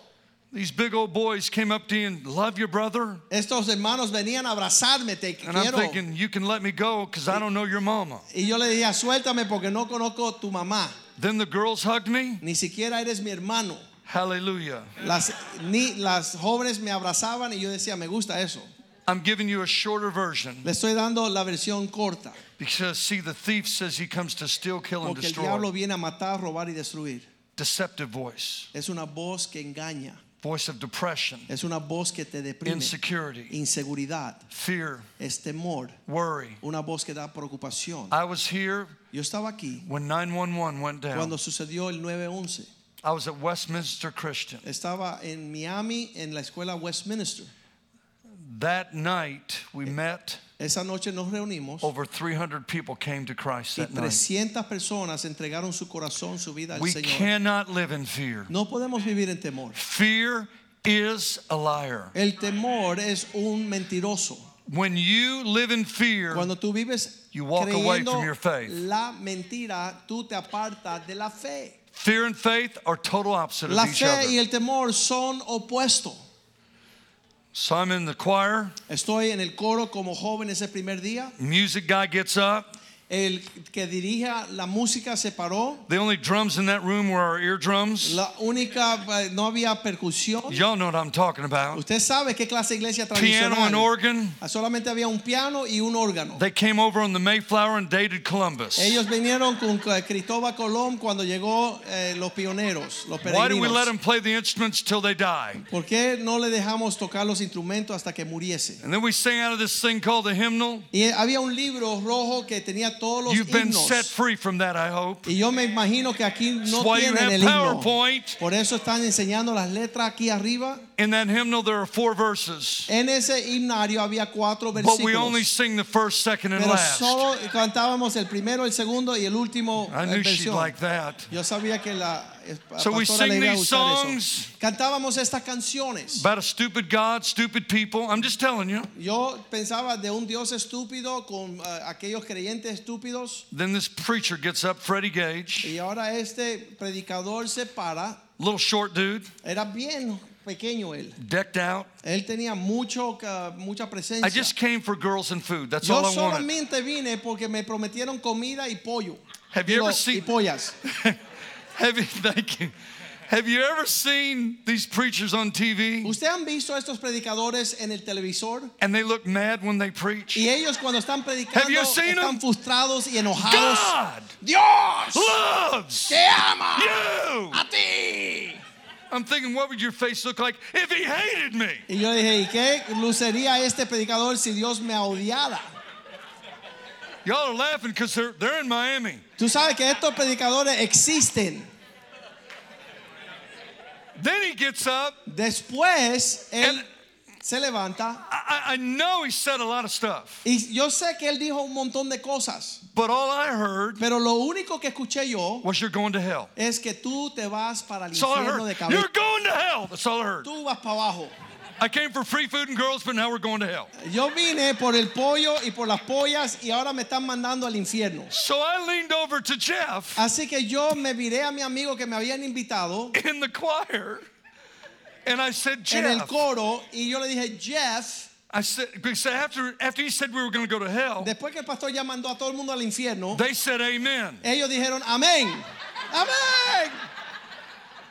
S1: These big old boys came up to you and love your brother.
S2: Estos hermanos venían a abrazarme, te
S1: And I'm
S2: quiero.
S1: thinking, you can let me go because I don't know your mama.
S2: Y yo le decía, suéltame porque no conozco tu mamá,
S1: Then the girls hugged me.
S2: ni siquiera eres mi hermano.
S1: Hallelujah.
S2: Las, ni, las jóvenes me abrazaban y yo decía, me gusta eso.
S1: I'm giving you a shorter version
S2: Le estoy dando la versión corta,
S1: because, see, the thief says he comes to steal, kill, and
S2: porque el diablo
S1: destroy.
S2: viene a matar, robar y destruir.
S1: Deceptive voice,
S2: Es una voz que engaña,
S1: voice of depression,
S2: es una voz que te deprime,
S1: insecurity,
S2: inseguridad,
S1: fear,
S2: es temor,
S1: worry.
S2: una voz que da preocupación.
S1: I was here
S2: Yo estaba aquí
S1: when 911 went down.
S2: cuando sucedió el 911.
S1: I was at Westminster Christian.
S2: Estaba en Miami en la escuela Westminster.
S1: That night we met.
S2: Esa noche nos reunimos
S1: Over 300 people came to Christ
S2: y
S1: Oh, that night.
S2: 300 personas entregaron su corazón, su vida al
S1: We
S2: Señor.
S1: cannot live in fear.
S2: No podemos vivir en temor.
S1: Fear is a liar.
S2: El temor es un mentiroso.
S1: When you live in fear,
S2: Cuando tú vives
S1: You walk away
S2: creyendo
S1: from your faith.
S2: la mentira, tú te apartas de la fe.
S1: fear and faith are total opposite
S2: La
S1: of each
S2: fe y
S1: other.
S2: el temor son opuestos.
S1: So I'm in the choir.
S2: Estoy en el coro como joven ese primer día.
S1: Music guy gets up.
S2: El que dirija la música se paró.
S1: The only drums in that room were our eardrums.
S2: La única, eh, no había percusión.
S1: Y'all know what I'm talking about.
S2: Usted sabe qué clase de iglesia tradicional.
S1: Piano
S2: Ah,
S1: and organ.
S2: Solamente había un piano y un órgano.
S1: They came over on the Mayflower and dated Columbus.
S2: Ellos vinieron con eh, Cristóbal Colón cuando llegó eh, los pioneros, los
S1: Why do we let
S2: peregrinos.
S1: them play the instruments till they die?
S2: ¿Por qué no le dejamos tocar los instrumentos hasta que muriese?
S1: And then we sing out of this thing called the hymnal.
S2: Y eh, había un libro rojo que tenía todos los
S1: You've been
S2: himnos.
S1: set free from that, I hope.
S2: y yo me imagino que aquí no
S1: That's why you
S2: tienen
S1: have
S2: el himno.
S1: PowerPoint.
S2: Por eso están enseñando las letras aquí arriba.
S1: In that hymnal, there are four verses,
S2: En ese himnario había cuatro
S1: but we only
S2: versículos.
S1: sing the first, second, and
S2: Pero
S1: last.
S2: solo cantábamos el primero, el segundo y el último
S1: I
S2: eh,
S1: knew she'd
S2: versión.
S1: like that.
S2: Yo sabía que la eh,
S1: So we
S2: pastora le
S1: sing
S2: iba a
S1: these
S2: gustar eso.
S1: songs.
S2: Cantábamos estas canciones.
S1: About a stupid God, stupid people. I'm just telling you.
S2: Yo pensaba de un Dios estúpido con eh, aquellos creyentes estúpidos
S1: Then this preacher gets up, Freddie Gage,
S2: y ahora este predicador se para.
S1: little short dude,
S2: Era bien pequeño él.
S1: decked out.
S2: Él tenía mucho ca- mucha presencia.
S1: I just came for girls and food. That's all
S2: Yo
S1: I wanted.
S2: solamente vine porque me prometieron comida y pollo.
S1: Have you
S2: Digo,
S1: ever
S2: y
S1: seen?
S2: pollas.
S1: Have you? Thank you. Have you ever seen these preachers on TV?
S2: ¿Usted han visto a estos predicadores en el televisor?
S1: And they look mad when they preach.
S2: Y ellos cuando están predicando
S1: Have you seen them?
S2: están frustrados y enojados.
S1: God
S2: Dios
S1: loves
S2: te ama
S1: you.
S2: a ti.
S1: I'm thinking, what would your face look like if he hated me?
S2: Y yo dije, ¿y qué lucería este predicador si Dios me odiara?
S1: Y'all are laughing because they're, they're in Miami.
S2: Tú sabes que estos predicadores existen.
S1: Then he gets up.
S2: Después él
S1: And-
S2: se levanta
S1: I, I I know he said a lot of stuff,
S2: y yo sé que él dijo un montón de cosas,
S1: but all I heard
S2: pero lo único que escuché yo
S1: was you're going to hell.
S2: es que tú te vas para el
S1: That's all I
S2: infierno de
S1: heard.
S2: cabeza.
S1: You're going to hell. That's all I heard.
S2: Tú vas para abajo.
S1: I came for free food and girls, but now we're going to hell.
S2: Yo vine por el pollo y por las pollas y ahora me están mandando al infierno.
S1: So I leaned over to Jeff
S2: Así que yo me viré a mi amigo que me habían invitado
S1: in the choir, and I said,
S2: en el
S1: Jeff.
S2: coro y yo le dije, Jeff,
S1: I said because after after he said we were going to go to hell,
S2: después que el pastor ya mandó a todo el mundo al infierno,
S1: they said Amen.
S2: ellos dijeron, amén, amén.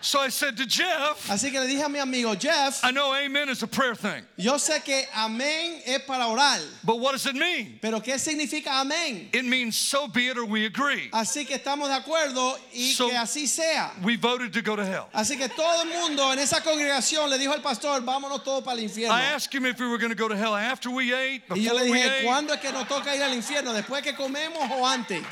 S1: So I said to Jeff,
S2: Así que le dije a mi amigo, Jeff,
S1: I know Amen is a prayer thing,
S2: yo sé que amén es para orar,
S1: but what does it mean?
S2: pero ¿qué significa amén?
S1: It means so be it or we agree.
S2: Así que estamos de acuerdo y
S1: So-
S2: que así sea.
S1: We voted to go to hell.
S2: Así que todo el mundo en esa congregación le dijo al pastor, vámonos todos para el infierno.
S1: I asked him if we were going to go to hell after we ate,
S2: Y yo
S1: before
S2: le
S1: we
S2: dije,
S1: ate.
S2: ¿cuándo es que nos toca ir al infierno? ¿Después que comemos o antes?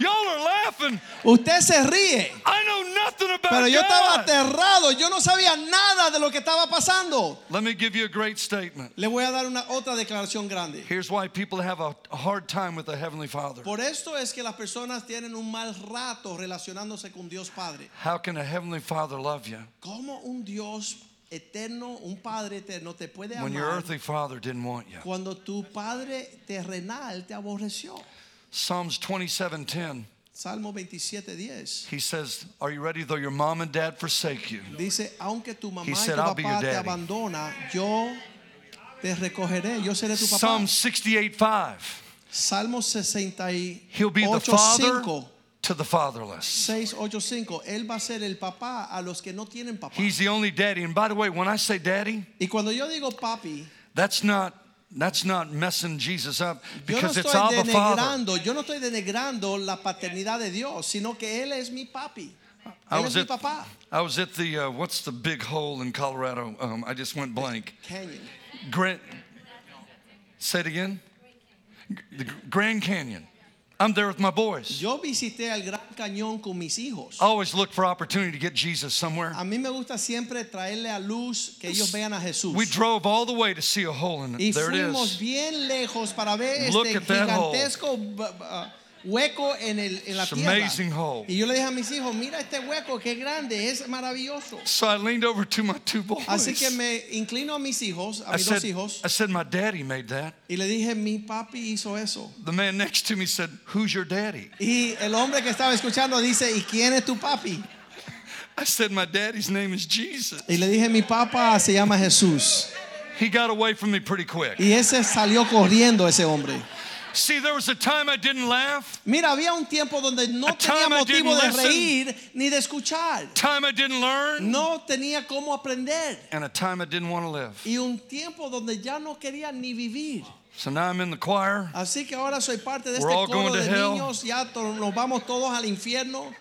S1: Y'all are laughing.
S2: Usted se ríe,
S1: I know nothing about
S2: pero yo estaba
S1: Oh, God.
S2: aterrado, yo no sabía nada de lo que estaba pasando.
S1: Let me give you a great statement.
S2: Le voy a dar una otra declaración grande.
S1: Here's why people have a a hard time with the Heavenly Father.
S2: Por esto es que las personas tienen un mal rato relacionándose con Dios Padre.
S1: How can a Heavenly Father love you
S2: ¿Cómo un Dios eterno, un Padre eterno te puede
S1: when your
S2: amar
S1: earthly Father didn't want you?
S2: cuando tu Padre terrenal te aborreció?
S1: Psalms 27:10.
S2: Salmo 27:10
S1: He says, "Are you ready? Though your mom and dad forsake you,
S2: dice, aunque tu mamá y tu
S1: said, "I'll be your
S2: papá te
S1: daddy."
S2: abandona, yo te recogeré, yo seré tu papá.
S1: Psalm 68:5.
S2: Salmo 68,
S1: He'll be the
S2: 5,
S1: father to the fatherless.
S2: 6, 8, 5. Él va a ser el papá a los que no tienen papá.
S1: He's the only daddy. And by the way, when I say daddy,
S2: y cuando yo digo papi,
S1: that's not that's not messing Jesus up
S2: yo no
S1: because it's
S2: estoy
S1: Abba Father.
S2: denegrando, yo no estoy denegrando la paternidad de Dios, sino que Él es mi papi.
S1: I
S2: Él es
S1: was
S2: mi
S1: at,
S2: papá.
S1: I was at the uh, what's the big hole in Colorado? Um, I just went blank.
S2: Canyon.
S1: Grant, say it again. The G- Grand Canyon. I'm there with my boys.
S2: Yo visité el Gran Cañón con mis hijos.
S1: I always look for opportunity to get Jesus somewhere.
S2: A mí me gusta siempre traerle a luz que ellos vean a Jesús.
S1: We drove all the way to see a hole in
S2: Y
S1: it. There it
S2: fuimos
S1: is.
S2: bien lejos para ver
S1: Look
S2: este
S1: at that hole.
S2: gigantesco bu- bu- hueco en, el, en la
S1: It's
S2: tierra.
S1: amazing hole.
S2: Y yo le dije a mis hijos, mira este hueco, qué grande, es maravilloso.
S1: So I leaned over to my two boys.
S2: Así que me inclino a mis hijos, a
S1: I
S2: mis
S1: said,
S2: dos hijos,
S1: I said, my daddy made that.
S2: y le dije, mi papi hizo eso.
S1: The man next to me said, who's your daddy?
S2: Y el hombre que estaba escuchando dice, ¿y quién es tu papi?
S1: I said, my daddy's name is Jesus.
S2: Y le dije, mi papá se llama Jesús.
S1: He got away from me pretty quick.
S2: Y ese salió corriendo, ese hombre.
S1: See, there was a time I didn't laugh,
S2: Mira, había un tiempo donde no
S1: A
S2: tenía
S1: time I didn't
S2: motivo de
S1: listen.
S2: reír ni de escuchar.
S1: time I didn't learn,
S2: No tenía cómo aprender.
S1: and a time I didn't want to live.
S2: Y un tiempo donde ya no quería ni vivir.
S1: So now I'm in the choir.
S2: Así que ahora soy parte de
S1: We're all
S2: este coro
S1: going to
S2: de
S1: hell.
S2: niños. Ya to- nos vamos todos al infierno.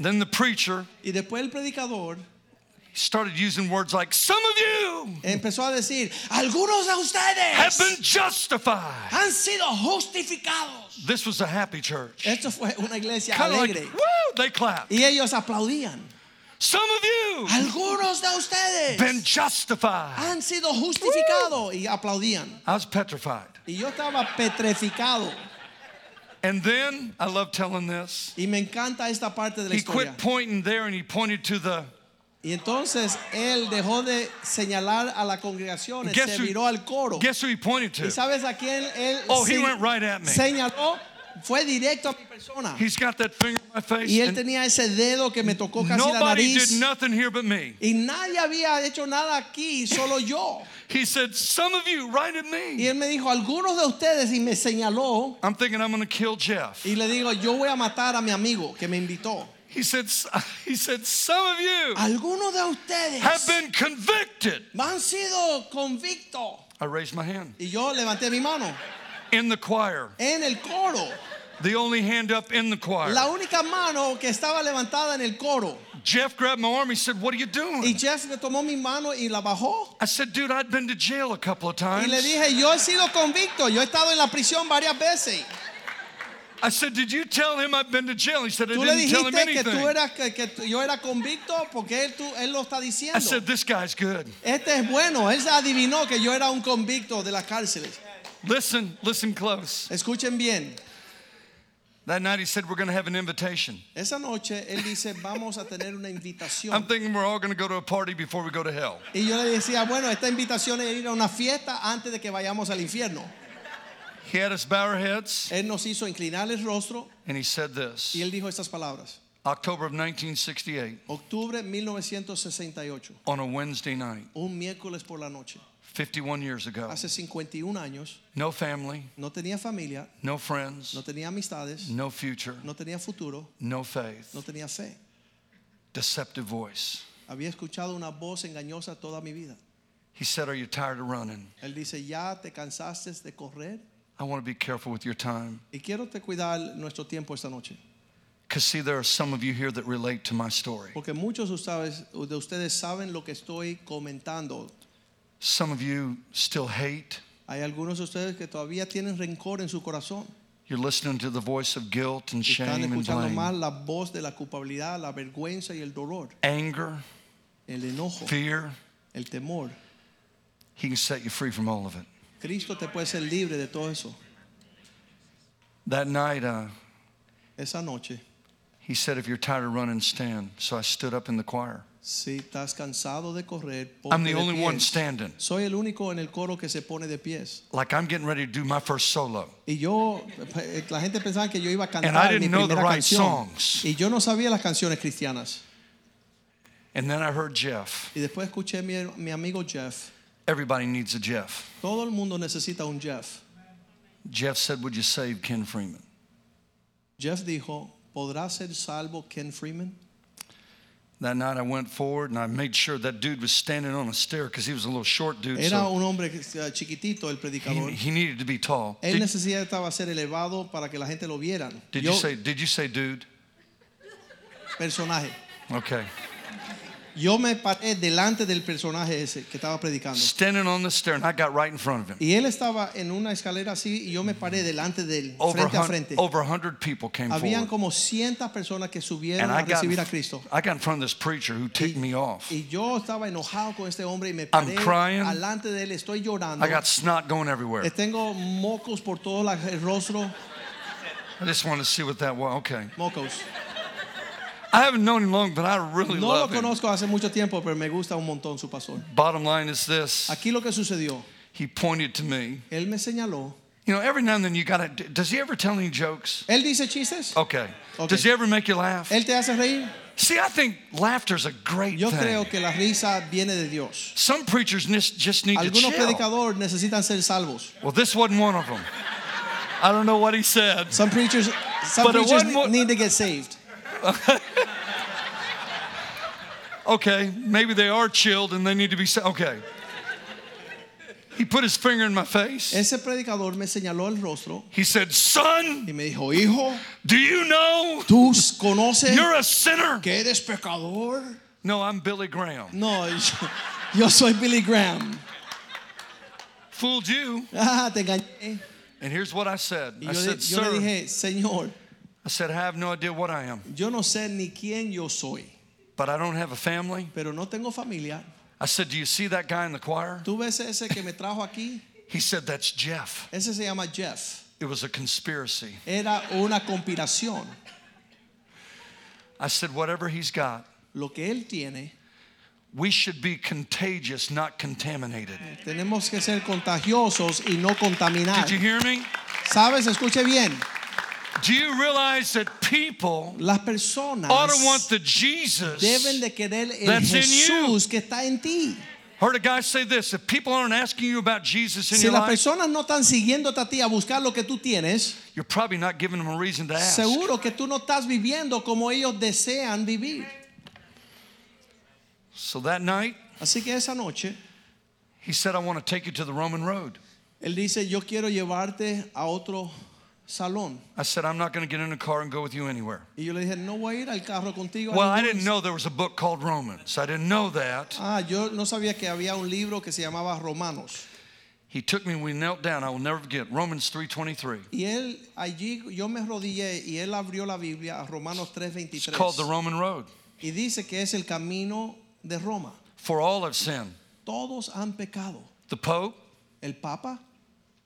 S1: Then the preacher
S2: Y después el predicador
S1: started using words like, Some of you
S2: empezó a decir, algunos de
S1: have been
S2: ustedes
S1: justified.
S2: han sido justificados.
S1: This was a happy church.
S2: Esto fue una iglesia
S1: Kind of like,
S2: alegre.
S1: woo, they clap.
S2: y ellos aplaudían.
S1: Some of you
S2: Algunos de ustedes
S1: been justified.
S2: han sido justificados. Y aplaudían.
S1: I was petrified.
S2: Y yo estaba petrificado.
S1: And then I love telling this.
S2: Y me encanta esta parte de la
S1: He
S2: historia.
S1: quit pointing there and he pointed to the
S2: Y entonces él dejó de señalar a la congregación, él
S1: Guess
S2: se
S1: who-
S2: viró al coro.
S1: guess who he pointed
S2: ¿Y
S1: to?
S2: sabes a quién él
S1: Oh, he
S2: se-
S1: went right at me.
S2: señaló? Fue directo a mi persona.
S1: He's got that finger in my
S2: Y él
S1: face. and
S2: tenía ese dedo que me tocó casi la
S1: Nobody did
S2: nariz.
S1: nothing here but me.
S2: Y nadie había hecho nada aquí, solo yo.
S1: He said, Some of you right at
S2: Y
S1: me.
S2: él me dijo, algunos de ustedes, y me señaló.
S1: I'm thinking I'm gonna kill Jeff.
S2: Y le digo, yo voy a matar a mi amigo que me invitó.
S1: He said "S- he said, Some of you
S2: Algunos de ustedes
S1: have been convicted.
S2: han sido convictos.
S1: I raised my hand.
S2: Y yo levanté mi mano
S1: In the choir.
S2: en el coro.
S1: The only hand up in the choir.
S2: La única mano que estaba levantada en el coro.
S1: Jeff grabbed my arm. He said, What are you doing?
S2: Y Jeff le tomó mi mano y la bajó.
S1: I said, Dude, I'd been to jail a couple of
S2: Y le
S1: times.
S2: dije, yo he sido convicto, yo he estado en la prisión varias veces.
S1: I said, Did you tell him I've been to jail? He said, I
S2: Tú le
S1: didn't tell him
S2: dijiste que tú
S1: anything.
S2: eras que, que tú- yo era convicto porque él, tú- él lo está
S1: I
S2: diciendo.
S1: said, This guy's good.
S2: Este es bueno, él se adivinó que yo era un convicto de las cárceles.
S1: Listen, listen close.
S2: Escuchen bien.
S1: That night he said, We're going to have an invitation.
S2: Esa noche él dice, vamos a tener una invitación.
S1: I'm thinking we're all going to go to a party before we go to hell.
S2: Y yo le decía, bueno, esta invitación es ir a una fiesta antes de que vayamos al infierno.
S1: He had us bow our heads
S2: Él nos hizo inclinar el rostro
S1: and he said this
S2: y él dijo estas palabras.
S1: October of 1968,
S2: Octubre 1968,
S1: on a Wednesday night,
S2: un miércoles por la noche,
S1: 51 years ago.
S2: hace 51 años,
S1: No family,
S2: no tenía familia,
S1: no friends,
S2: no tenía amistades,
S1: no future,
S2: no tenía futuro,
S1: no faith,
S2: no tenía fe.
S1: deceptive voice.
S2: Había escuchado una voz engañosa toda mi vida.
S1: He said, Are you tired of running?
S2: Él dice, ya te cansaste de correr
S1: I want to be careful with your time.
S2: y quiero te cuidar nuestro tiempo esta noche.
S1: Because, see, there are some of you here that relate to my story.
S2: Porque muchos de ustedes, de ustedes saben lo que estoy comentando.
S1: Some of you still hate.
S2: Hay algunos de ustedes que todavía tienen rencor en su corazón.
S1: You're listening to the voice of guilt and
S2: Están
S1: shame and
S2: escuchando más
S1: blame,
S2: la voz de la culpabilidad, la vergüenza y el dolor,
S1: anger,
S2: el enojo,
S1: fear.
S2: el temor.
S1: He can set you free from all of it.
S2: Cristo te puede ser libre de todo eso.
S1: That night, uh,
S2: Esa noche,
S1: he said, If you're tired of running, stand. So I stood up in the choir.
S2: si estás cansado de correr, ponte
S1: I'm the
S2: de
S1: only one
S2: pies.
S1: standing.
S2: Soy el único en el coro que se pone de pies.
S1: Like I'm getting ready to do my first solo.
S2: Y yo, eh, la gente pensaba que yo iba a
S1: And I
S2: cantar
S1: didn't
S2: mi
S1: know the
S2: primera
S1: right
S2: canción.
S1: songs.
S2: Y yo no sabía las canciones cristianas.
S1: And then I heard Jeff.
S2: Y después escuché a mi, mi amigo Jeff.
S1: Everybody needs a Jeff.
S2: Todo el mundo necesita un Jeff.
S1: Jeff said, Would you save Ken Freeman?
S2: Jeff dijo, ¿podrá ser salvo Ken Freeman?
S1: That night I went forward and I made sure that dude was standing on a stair because he was a little short dude.
S2: Era
S1: So
S2: un hombre que- eh, chiquitito, el
S1: he,
S2: predicador.
S1: he needed to be tall.
S2: Él
S1: Did,
S2: necesitaba ser elevado para que la gente lo viera.
S1: did
S2: yo,
S1: you say did you say dude?
S2: personaje.
S1: Okay.
S2: Yo me paré delante del personaje ese que estaba predicando.
S1: Standing on the stair and I got right in front of him.
S2: Y él estaba en una escalera así y yo me paré delante de él,
S1: Over a
S2: frente a
S1: hun-
S2: frente.
S1: over a hundred people came
S2: Habían
S1: forward.
S2: como cientas personas que subieron
S1: And
S2: a
S1: I got,
S2: recibir a Cristo.
S1: I got in front of this preacher who ticked me off.
S2: Y yo estaba enojado con este hombre y me paré
S1: crying.
S2: delante de él, estoy llorando.
S1: I
S2: Eh,
S1: got snot going everywhere.
S2: Tengo mocos por todo la- el rostro,
S1: I just wanted to see what that was. Okay.
S2: mocos.
S1: I haven't known him long, but I really
S2: No lo
S1: love him.
S2: conozco hace mucho tiempo, pero me gusta un montón su pastor.
S1: Bottom line is this.
S2: Aquí lo que sucedió,
S1: He pointed to me.
S2: él me señaló.
S1: You know, every now and then you got to. Does he ever tell any jokes?
S2: Él dice chistes,
S1: Okay.
S2: Okay.
S1: Does he ever make you laugh?
S2: él te hace reír.
S1: See, I think laughter's a great
S2: Yo
S1: thing.
S2: creo que la risa viene de Dios.
S1: Some preachers nis- just need to
S2: Algunos
S1: chill.
S2: predicadores necesitan ser salvos.
S1: Well, this wasn't one of them. I don't know what he said.
S2: Some preachers, some
S1: But the
S2: preachers
S1: one wo-
S2: need to get saved.
S1: Okay, maybe they are chilled and they need to be. sa- Okay. He put his finger in my face.
S2: Ese predicador me señaló el rostro
S1: He said, "Son,
S2: y me dijo, hijo,
S1: do you know
S2: ¿tú conoces
S1: you're a sinner?"
S2: que eres pecador?
S1: No, I'm Billy Graham.
S2: No, yo, yo soy Billy Graham.
S1: Fooled you.
S2: Ah, te engañé.
S1: And here's what I said.
S2: Y
S1: I
S2: yo, le-
S1: said,
S2: yo le
S1: "Sir,"
S2: dije, Señor,
S1: I said, "I have no idea what I am."
S2: yo no sé ni quién yo soy,
S1: but I don't have a family.
S2: pero no tengo familia.
S1: I said, Do you see that guy in the choir?
S2: ¿Tú ves ese que me trajo aquí?
S1: He said, That's Jeff.
S2: Ese se llama Jeff.
S1: It was a conspiracy.
S2: Era una conspiración.
S1: I said, Whatever he's got,
S2: Lo que él tiene,
S1: we should be contagious, not contaminated.
S2: tenemos que ser contagiosos y no contaminar.
S1: Did you hear me?
S2: ¿Sabes? Escuche bien.
S1: Do you realize that people
S2: Las personas
S1: ought to want the
S2: deben
S1: Jesus?
S2: de querer el
S1: That's in
S2: Jesús que está en ti.
S1: Heard a guy say this if people aren't asking you about Jesus in
S2: Si
S1: your
S2: las
S1: life,
S2: personas no están siguiéndote a ti a buscar lo que tú tienes,
S1: you're probably not giving them a reason to ask.
S2: seguro que tú no estás viviendo como ellos desean vivir.
S1: So that night,
S2: Así que esa noche,
S1: he said, I want to take you to the Roman road.
S2: Él dice, yo quiero llevarte a otro salón.
S1: I said, I'm not going to get in a car and go with you anywhere.
S2: Y yo le dije, no voy a ir al carro contigo. a
S1: Well, I
S2: ningún
S1: didn't know there was a book called Romans. I didn't know that.
S2: Ah, yo no sabía que había un libro que se llamaba Romanos.
S1: He took me, we knelt down. I will never forget Romans 3:23.
S2: Y él allí, yo me rodillé y él abrió la Biblia a Romanos
S1: It's called the
S2: 3:23.
S1: Roman road.
S2: Y dice que es el camino de Roma.
S1: For all have sinned.
S2: Todos han pecado.
S1: The Pope,
S2: El Papa,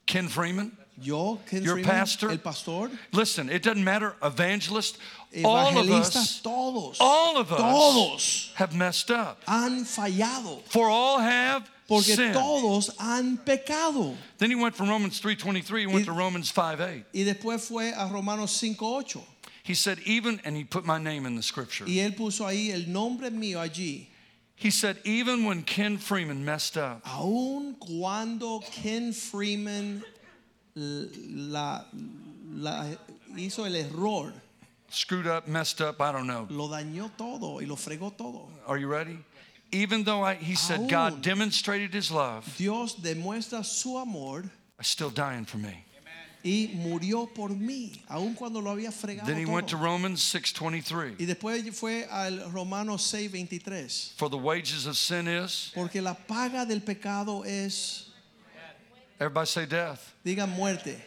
S1: Ken Freeman.
S2: yo, Ken
S1: Your
S2: Freeman,
S1: pastor.
S2: el pastor,
S1: Listen, it doesn't matter evangelist, all of
S2: evangelistas,
S1: us
S2: todos,
S1: all of us.
S2: todos
S1: have messed up.
S2: han fallado.
S1: For all have
S2: Porque
S1: sinned.
S2: todos han pecado.
S1: Then he went from Romans 3:23, he went
S2: Y-
S1: to Romans 5:8.
S2: Y después fue a Romanos 5:8.
S1: He said even and he put my name in the scripture.
S2: Y él puso ahí el nombre mío allí.
S1: He said even when Ken Freeman messed up,
S2: Aun cuando Ken Freeman la, la- hizo el error,
S1: screwed up, messed up, I don't know.
S2: lo dañó todo y lo fregó todo.
S1: Are you ready? Even though I, he said,
S2: Aún.
S1: God demonstrated his love,
S2: Dios demuestra su amor
S1: I'm still dying for me.
S2: y murió por mí, aun cuando lo había fregado
S1: Then he went to
S2: todo.
S1: Romans 6.23.
S2: Y después fue al Romanos 6:23,
S1: For the wages of sin is,
S2: porque la paga del pecado es,
S1: everybody say death.
S2: digan muerte.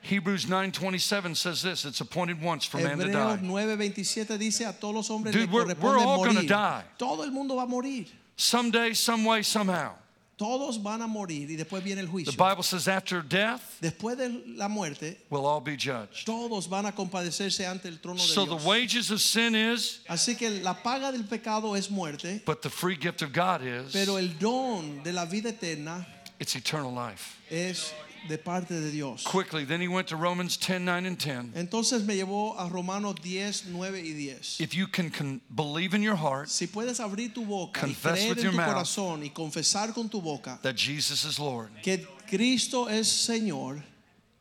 S1: Hebrews 9.27 says this, it's appointed once for man to
S2: Hebreos
S1: die.
S2: 9:27 dice a todos los hombres
S1: Dude,
S2: les
S1: we're-
S2: corresponde
S1: we're all gonna
S2: morir.
S1: die.
S2: Todo el mundo va a morir.
S1: Someday, some way, somehow.
S2: Todos van a morir y después viene el
S1: The
S2: juicio.
S1: Bible says after death,
S2: Después de la muerte,
S1: we'll all be judged.
S2: todos van a compadecerse ante el trono de
S1: So the
S2: Dios.
S1: wages of sin is,
S2: Así que la paga del pecado es muerte,
S1: but the free gift of God is,
S2: pero el don de la vida eterna
S1: it's eternal life.
S2: es de parte de Dios.
S1: Quickly, then he went to Romans 10, 9, and 10.
S2: Entonces me llevó a Romanos 10, 9 y 10.
S1: If you can con- believe in your heart
S2: Si puedes abrir tu boca y
S1: Confess
S2: creer
S1: with
S2: en
S1: your
S2: tu
S1: mouth.
S2: corazón y confesar con tu boca
S1: that Jesus is Lord,
S2: que Cristo es Señor,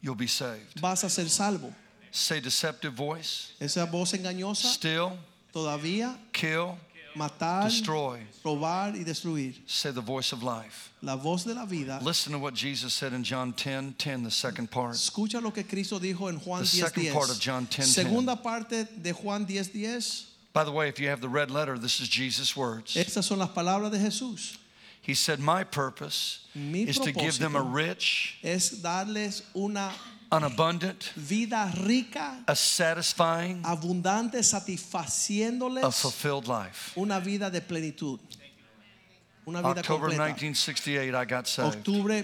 S1: you'll be saved.
S2: vas a ser salvo.
S1: Say deceptive voice,
S2: Esa voz engañosa
S1: steal,
S2: todavía
S1: kill,
S2: matar,
S1: destroy.
S2: robar y destruir.
S1: Say the voice of life.
S2: La voz de la vida
S1: Listen to what Jesus said in John 10 10, the second part.
S2: Escucha lo que Cristo dijo en Juan
S1: The
S2: 10:10.
S1: second part of John 10:10.
S2: Segunda parte de Juan 10:10.
S1: By the way, if you have the red letter, this is Jesus' words.
S2: Estas son las palabras de Jesús.
S1: He said, My purpose
S2: Mi
S1: is to give them a
S2: propósito
S1: rich,
S2: Es darles una
S1: an abundant,
S2: vida rica,
S1: a satisfying,
S2: abundante,
S1: a
S2: satisfaciéndoles
S1: fulfilled life.
S2: una vida de plenitud. Una vida
S1: October
S2: completa.
S1: 1968, I got saved.
S2: Octubre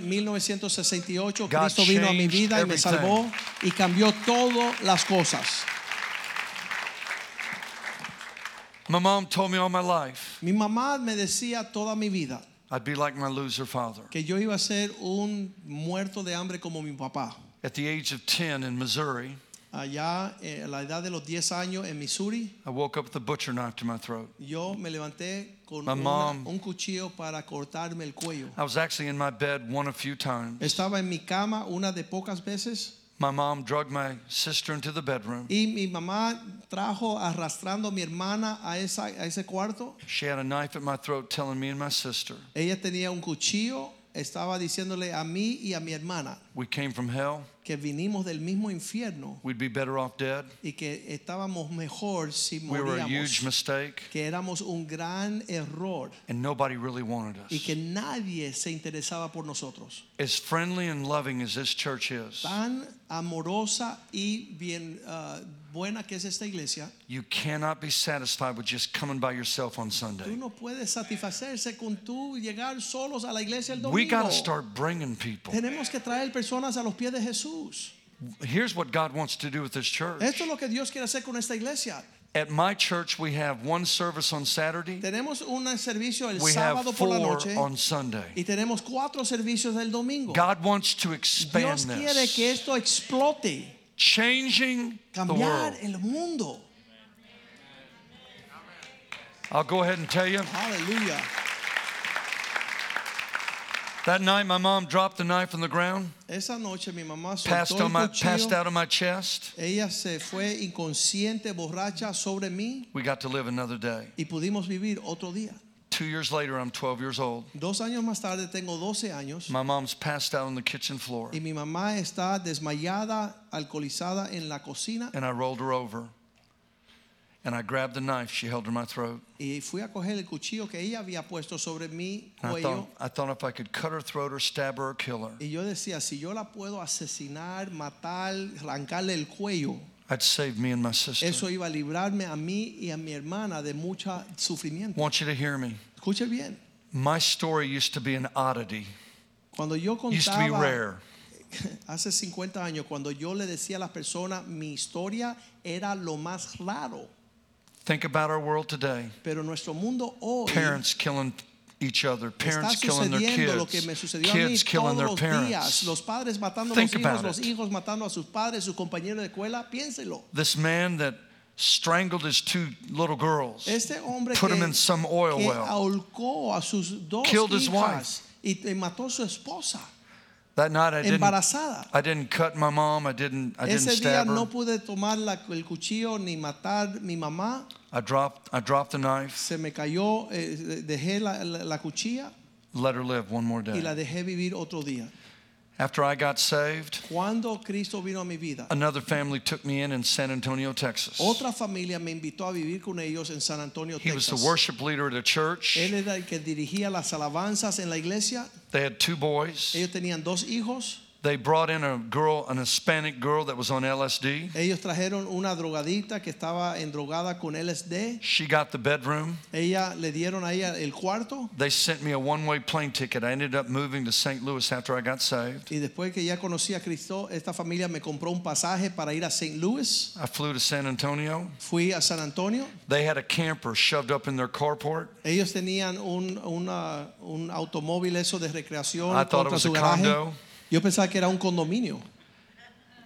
S2: 1968,
S1: God
S2: Cristo vino a mi
S1: changed
S2: vida y me
S1: everything.
S2: salvó y cambió todas las cosas.
S1: My mom told me all my life
S2: Mi mamá me decía toda mi vida
S1: I'd be like my loser father.
S2: que yo iba a ser un muerto de hambre como mi papá.
S1: At the age of 10 in Missouri,
S2: Allá eh, a la edad de los 10 años en Missouri,
S1: I woke up with a butcher knife to my throat.
S2: yo me levanté con
S1: My
S2: una-
S1: mom-
S2: un cuchillo para cortarme el cuello.
S1: I was actually in my bed one a few times.
S2: Estaba en mi cama una de pocas veces
S1: My mom drugged my sister into the bedroom.
S2: y mi mamá trajo arrastrando a mi hermana a, esa- a ese cuarto.
S1: She had a knife at my throat telling me and my sister,
S2: Ella tenía un cuchillo, estaba diciéndole a mí y a mi hermana
S1: we came from hell,
S2: que vinimos del mismo infierno
S1: we'd be better off dead.
S2: y que estábamos mejor si
S1: We were a
S2: moríamos.
S1: huge mistake,
S2: que éramos un gran error
S1: and nobody really wanted
S2: y
S1: us.
S2: que nadie se interesaba por nosotros.
S1: As friendly and loving as this church is,
S2: Tan amorosa y bien ah, buena que es esta iglesia,
S1: you cannot be satisfied with just coming by yourself on
S2: tú
S1: Sunday.
S2: no puedes satisfacerse con tú llegar solos a la iglesia el
S1: We got
S2: domingo.
S1: to start bringing people.
S2: Tenemos que traer personas a los pies de Jesús.
S1: Here's what God wants to do with this church.
S2: Esto es lo que Dios quiere hacer con esta iglesia.
S1: At my church, we have one service on Saturday,
S2: Tenemos un servicio el
S1: we have
S2: sábado por la
S1: four
S2: noche
S1: on Sunday.
S2: y tenemos cuatro servicios del domingo.
S1: God wants to expand
S2: Dios quiere que
S1: this,
S2: esto explote,
S1: changing the world.
S2: cambiar el mundo.
S1: I'll go ahead and tell you.
S2: Aleluya.
S1: That night, my mom dropped the knife on the ground,
S2: Esa noche mi mamá
S1: passed, on
S2: soltó el
S1: my,
S2: cuchillo.
S1: passed out of my chest.
S2: Ella se fue inconsciente, borracha sobre mí
S1: We got to live another day.
S2: y pudimos vivir otro día.
S1: Two years later, I'm 12 years old.
S2: Dos años más tarde tengo 12 años
S1: My mom's passed out on the kitchen floor,
S2: y mi mamá está desmayada, alcoholizada en la cocina
S1: and I rolled her over. And I grabbed the knife she held to my throat.
S2: y fui a coger el cuchillo que ella había puesto sobre mi
S1: And I thought,
S2: cuello
S1: I thought if I could cut her throat or stab her or kill her,
S2: y yo decía, si yo la puedo asesinar, matar, arrancarle el cuello,
S1: I'd save me and my sister.
S2: eso iba a librarme a mí y a mi hermana de mucho sufrimiento.
S1: want you to hear me.
S2: Escuche bien,
S1: My story used to be an oddity,
S2: cuando yo
S1: used to be
S2: contaba
S1: rare.
S2: hace 50 años, cuando yo le decía a las personas mi historia era lo más raro,
S1: Think about our world today.
S2: pero nuestro mundo hoy
S1: Parents killing each other,
S2: está
S1: parents killing their
S2: sucediendo lo que me
S1: kids,
S2: sucedió
S1: kids
S2: a mí todos
S1: killing their
S2: los días.
S1: parents.
S2: Los padres matando
S1: Think
S2: a los hijos,
S1: about
S2: los
S1: it.
S2: hijos matando a sus padres, sus compañeros de escuela. Piénselo.
S1: This man that strangled his two little girls,
S2: Este hombre
S1: Put
S2: que,
S1: him in some oil
S2: que
S1: well.
S2: ahorcó a sus dos
S1: Killed his
S2: hijas y y mató a su esposa
S1: that night I didn't,
S2: embarazada.
S1: I didn't cut my mom, I didn't, I didn't
S2: Ese día
S1: stab her.
S2: no pude tomar la- el cuchillo ni matar mi mamá.
S1: I dropped, I dropped the knife,
S2: Se me cayó, eh, dejé la, la- la cuchilla
S1: let her live one more
S2: y la
S1: day.
S2: dejé vivir otro día.
S1: After I got saved,
S2: Cuando Cristo vino a mi vida,
S1: another family took me in in San Antonio, Texas.
S2: otra familia me invitó a vivir con ellos en San Antonio,
S1: He was
S2: Texas.
S1: the worship leader at a church.
S2: Él era el que dirigía las alabanzas en la iglesia.
S1: They had two boys.
S2: Ellos tenían dos hijos.
S1: They brought in a girl, an Hispanic girl that was on LSD.
S2: Ellos trajeron una drogadita que estaba endrogada con LSD.
S1: She got the bedroom.
S2: Ella le dieron a ella el cuarto
S1: They sent me a one way plane ticket. I ended up moving to St. Louis after I got saved.
S2: y después que ya conocí a Cristo, esta familia me compró un pasaje para ir a St. Louis.
S1: I flew to San Antonio.
S2: Fui a San Antonio.
S1: They had a camper shoved up in their carport.
S2: Ellos tenían un, una- un automóvil eso de recreación
S1: I thought it
S2: contra
S1: was
S2: su
S1: a
S2: garaje.
S1: condo.
S2: Yo pensaba que era un condominio.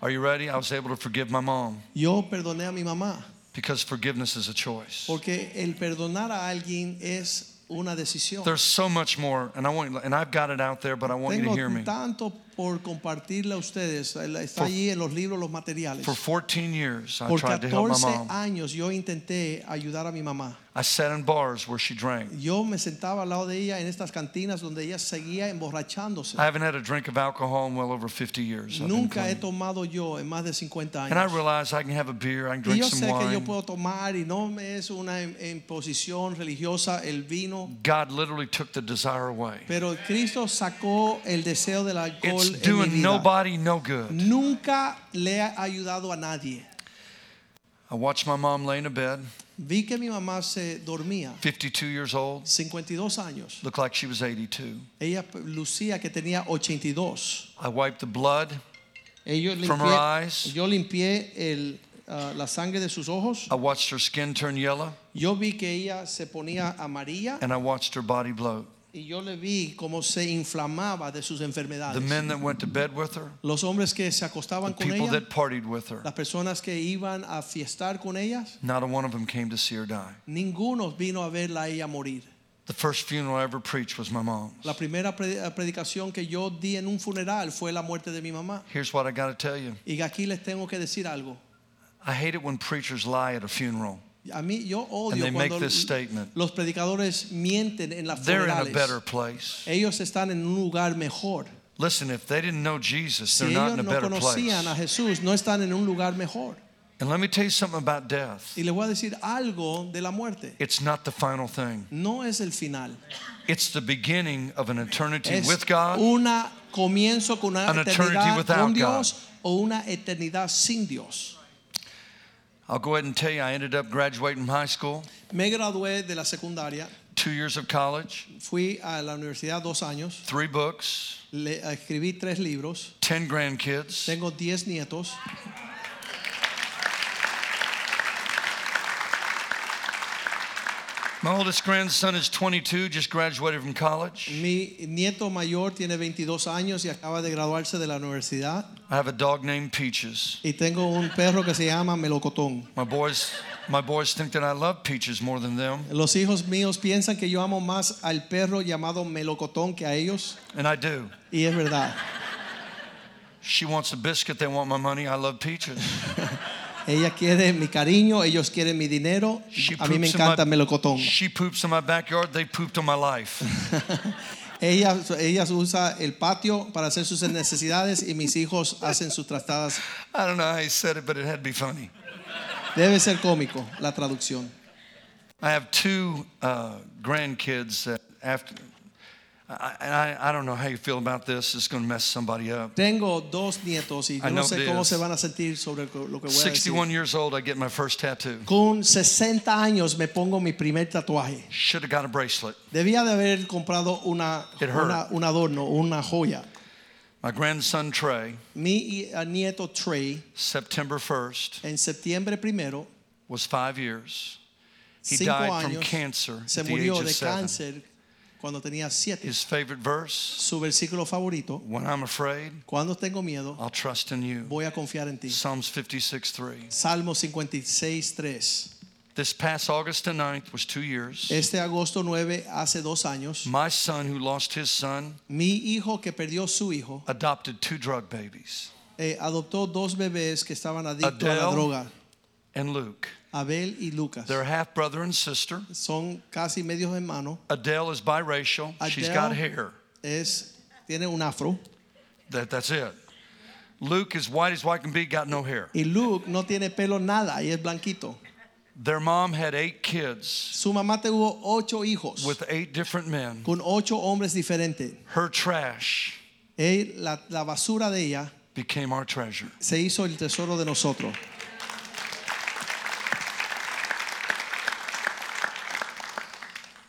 S1: Are you ready? I was able to forgive my mom
S2: Yo perdoné a mi mamá
S1: because forgiveness is a choice.
S2: porque el perdonar a alguien es una decisión.
S1: There's so much more, and I want you, and I've got it out there, but I want you to
S2: Tengo
S1: hear me.
S2: tanto por compartirle a ustedes. Está allí en los libros, los materiales.
S1: For 14 years, I
S2: Por
S1: tried to help my
S2: 14
S1: mom.
S2: años yo intenté ayudar a mi mamá.
S1: I sat in bars where she drank.
S2: Yo me sentaba al lado de ella en estas cantinas donde ella seguía emborrachándose.
S1: I haven't had a drink of alcohol in well over 50 years. I've been
S2: Nunca he
S1: clean.
S2: tomado yo en más de 50
S1: And I
S2: años.
S1: realized I can have a beer, I can
S2: Y
S1: drink
S2: yo sé
S1: some
S2: que yo
S1: wine.
S2: puedo tomar y no me es una im- imposición religiosa el vino,
S1: God literally took the desire away.
S2: pero Cristo sacó el deseo del alcohol
S1: It's
S2: en mi
S1: doing
S2: vida.
S1: nobody no good.
S2: Nunca le ha ayudado a nadie.
S1: I watched my mom lay in a bed,
S2: Vi que mi mamá se dormía,
S1: 52 years old,
S2: 52 años.
S1: looked like she was 82.
S2: Ella p- lucía que tenía 82.
S1: I wiped the blood,
S2: Ellos
S1: From her
S2: limpié-
S1: eyes.
S2: Yo limpié el, ah, la sangre de sus ojos.
S1: I watched her skin turn yellow,
S2: Yo vi que ella se ponía amarilla
S1: and I watched her body bloat.
S2: y yo le vi cómo se inflamaba de sus
S1: The
S2: enfermedades.
S1: men that went to bed with her,
S2: Los hombres que se acostaban
S1: the
S2: con
S1: people
S2: ella,
S1: that partied with her,
S2: las personas que iban a fiestar con ellas,
S1: not a one of them came to see her die.
S2: ninguno vino a verla a ella morir.
S1: The first funeral I ever preached was my mom's.
S2: La primera pre- predicación que yo di en un funeral fue la muerte de mi mamá.
S1: Here's what I got to tell you
S2: Y aquí les tengo que decir algo.
S1: I hate it when preachers lie at a funeral.
S2: A mí yo
S1: And
S2: odio
S1: they make
S2: cuando
S1: this statement.
S2: los predicadores mienten en las
S1: They're in a
S2: funerales.
S1: better place.
S2: Ellos están en un lugar mejor.
S1: Listen, if they didn't know Jesus,
S2: Si
S1: they're not
S2: ellos
S1: in a
S2: no
S1: better
S2: conocían a
S1: place.
S2: Jesús, no están en un lugar mejor.
S1: And let me tell you something about death.
S2: Y les voy a decir algo de la muerte.
S1: It's not the final thing.
S2: No es el final.
S1: It's the beginning of an eternity
S2: Es
S1: with God.
S2: una comienzo con una
S1: An eternity
S2: eternidad
S1: without
S2: con
S1: God.
S2: Dios o una eternidad sin Dios.
S1: I'll go ahead and tell you, I ended up graduating from high school,
S2: Me gradué de la secundaria,
S1: two years of college,
S2: fui a la universidad dos años,
S1: three books,
S2: le- escribí tres libros,
S1: 10 grandkids.
S2: tengo diez nietos.
S1: My oldest grandson is 22, just graduated from college.
S2: Mi nieto mayor tiene 22 años y acaba de graduarse de la universidad.
S1: I have a dog named Peaches.
S2: Y tengo un perro que se llama Melocotón.
S1: My boys, my boys think that I love Peaches more than them,
S2: Los hijos míos piensan que yo amo más al perro llamado Melocotón que a ellos.
S1: and I do.
S2: Y es verdad.
S1: She wants a biscuit, they want my money. I love peaches.
S2: Ella quiere mi cariño, ellos quieren mi dinero.
S1: She
S2: A mí me
S1: poops in my-
S2: encanta el melocotón.
S1: She poops in my backyard. They pooped on my life.
S2: Ella, ella usa el patio para hacer sus necesidades y mis hijos hacen sus trastadas.
S1: I don't know how he said it, but it had to be funny.
S2: Debe ser cómico la traducción.
S1: I have two uh, grandkids that after, I, and I, I don't know how you feel about this. It's going to mess somebody up.
S2: Tengo dos nietos y yo
S1: I know
S2: no sé
S1: it
S2: cómo
S1: is.
S2: se van a sentir sobre lo que lo que voy a decir.
S1: 61 years old, I get my first tattoo.
S2: Con 60 años me pongo mi primer tatuaje.
S1: Should have got a bracelet.
S2: Debía de haber comprado una,
S1: It
S2: una- un adorno, una joya.
S1: My grandson Trey,
S2: Mi y- a nieto Trey,
S1: September 1st,
S2: en septiembre primero,
S1: was five years. He
S2: cinco
S1: died from
S2: años,
S1: cancer
S2: se
S1: at the age
S2: murió
S1: of
S2: de
S1: seven.
S2: cáncer cuando tenía siete.
S1: His favorite verse
S2: Su versículo favorito,
S1: When I'm afraid,
S2: cuando tengo miedo,
S1: I'll trust in you.
S2: voy a confiar en ti.
S1: Psalms 56 3.
S2: Salmo 56, 3.
S1: This past August the 9th was two years.
S2: Este agosto 9, hace dos años,
S1: My son, who lost his son,
S2: mi hijo que perdió su hijo
S1: adopted two drug babies
S2: eh, adoptó dos bebés que estaban adictos a la
S1: Adele.
S2: droga,
S1: and Luke.
S2: Abel y Lucas.
S1: They're half brother and sister.
S2: Son casi medios hermanos.
S1: Adele is biracial. She's got
S2: Adele.
S1: hair.
S2: Es, tiene un afro.
S1: That, that's it. Luke is white as white can be, got no hair.
S2: Y Luke no tiene pelo nada y es blanquito.
S1: Their mom had eight kids
S2: Su mamá tuvo ocho hijos
S1: with eight different men.
S2: con ocho hombres diferentes.
S1: Her trash
S2: Él- la, la basura de ella
S1: became our treasure.
S2: se hizo el tesoro de nosotros.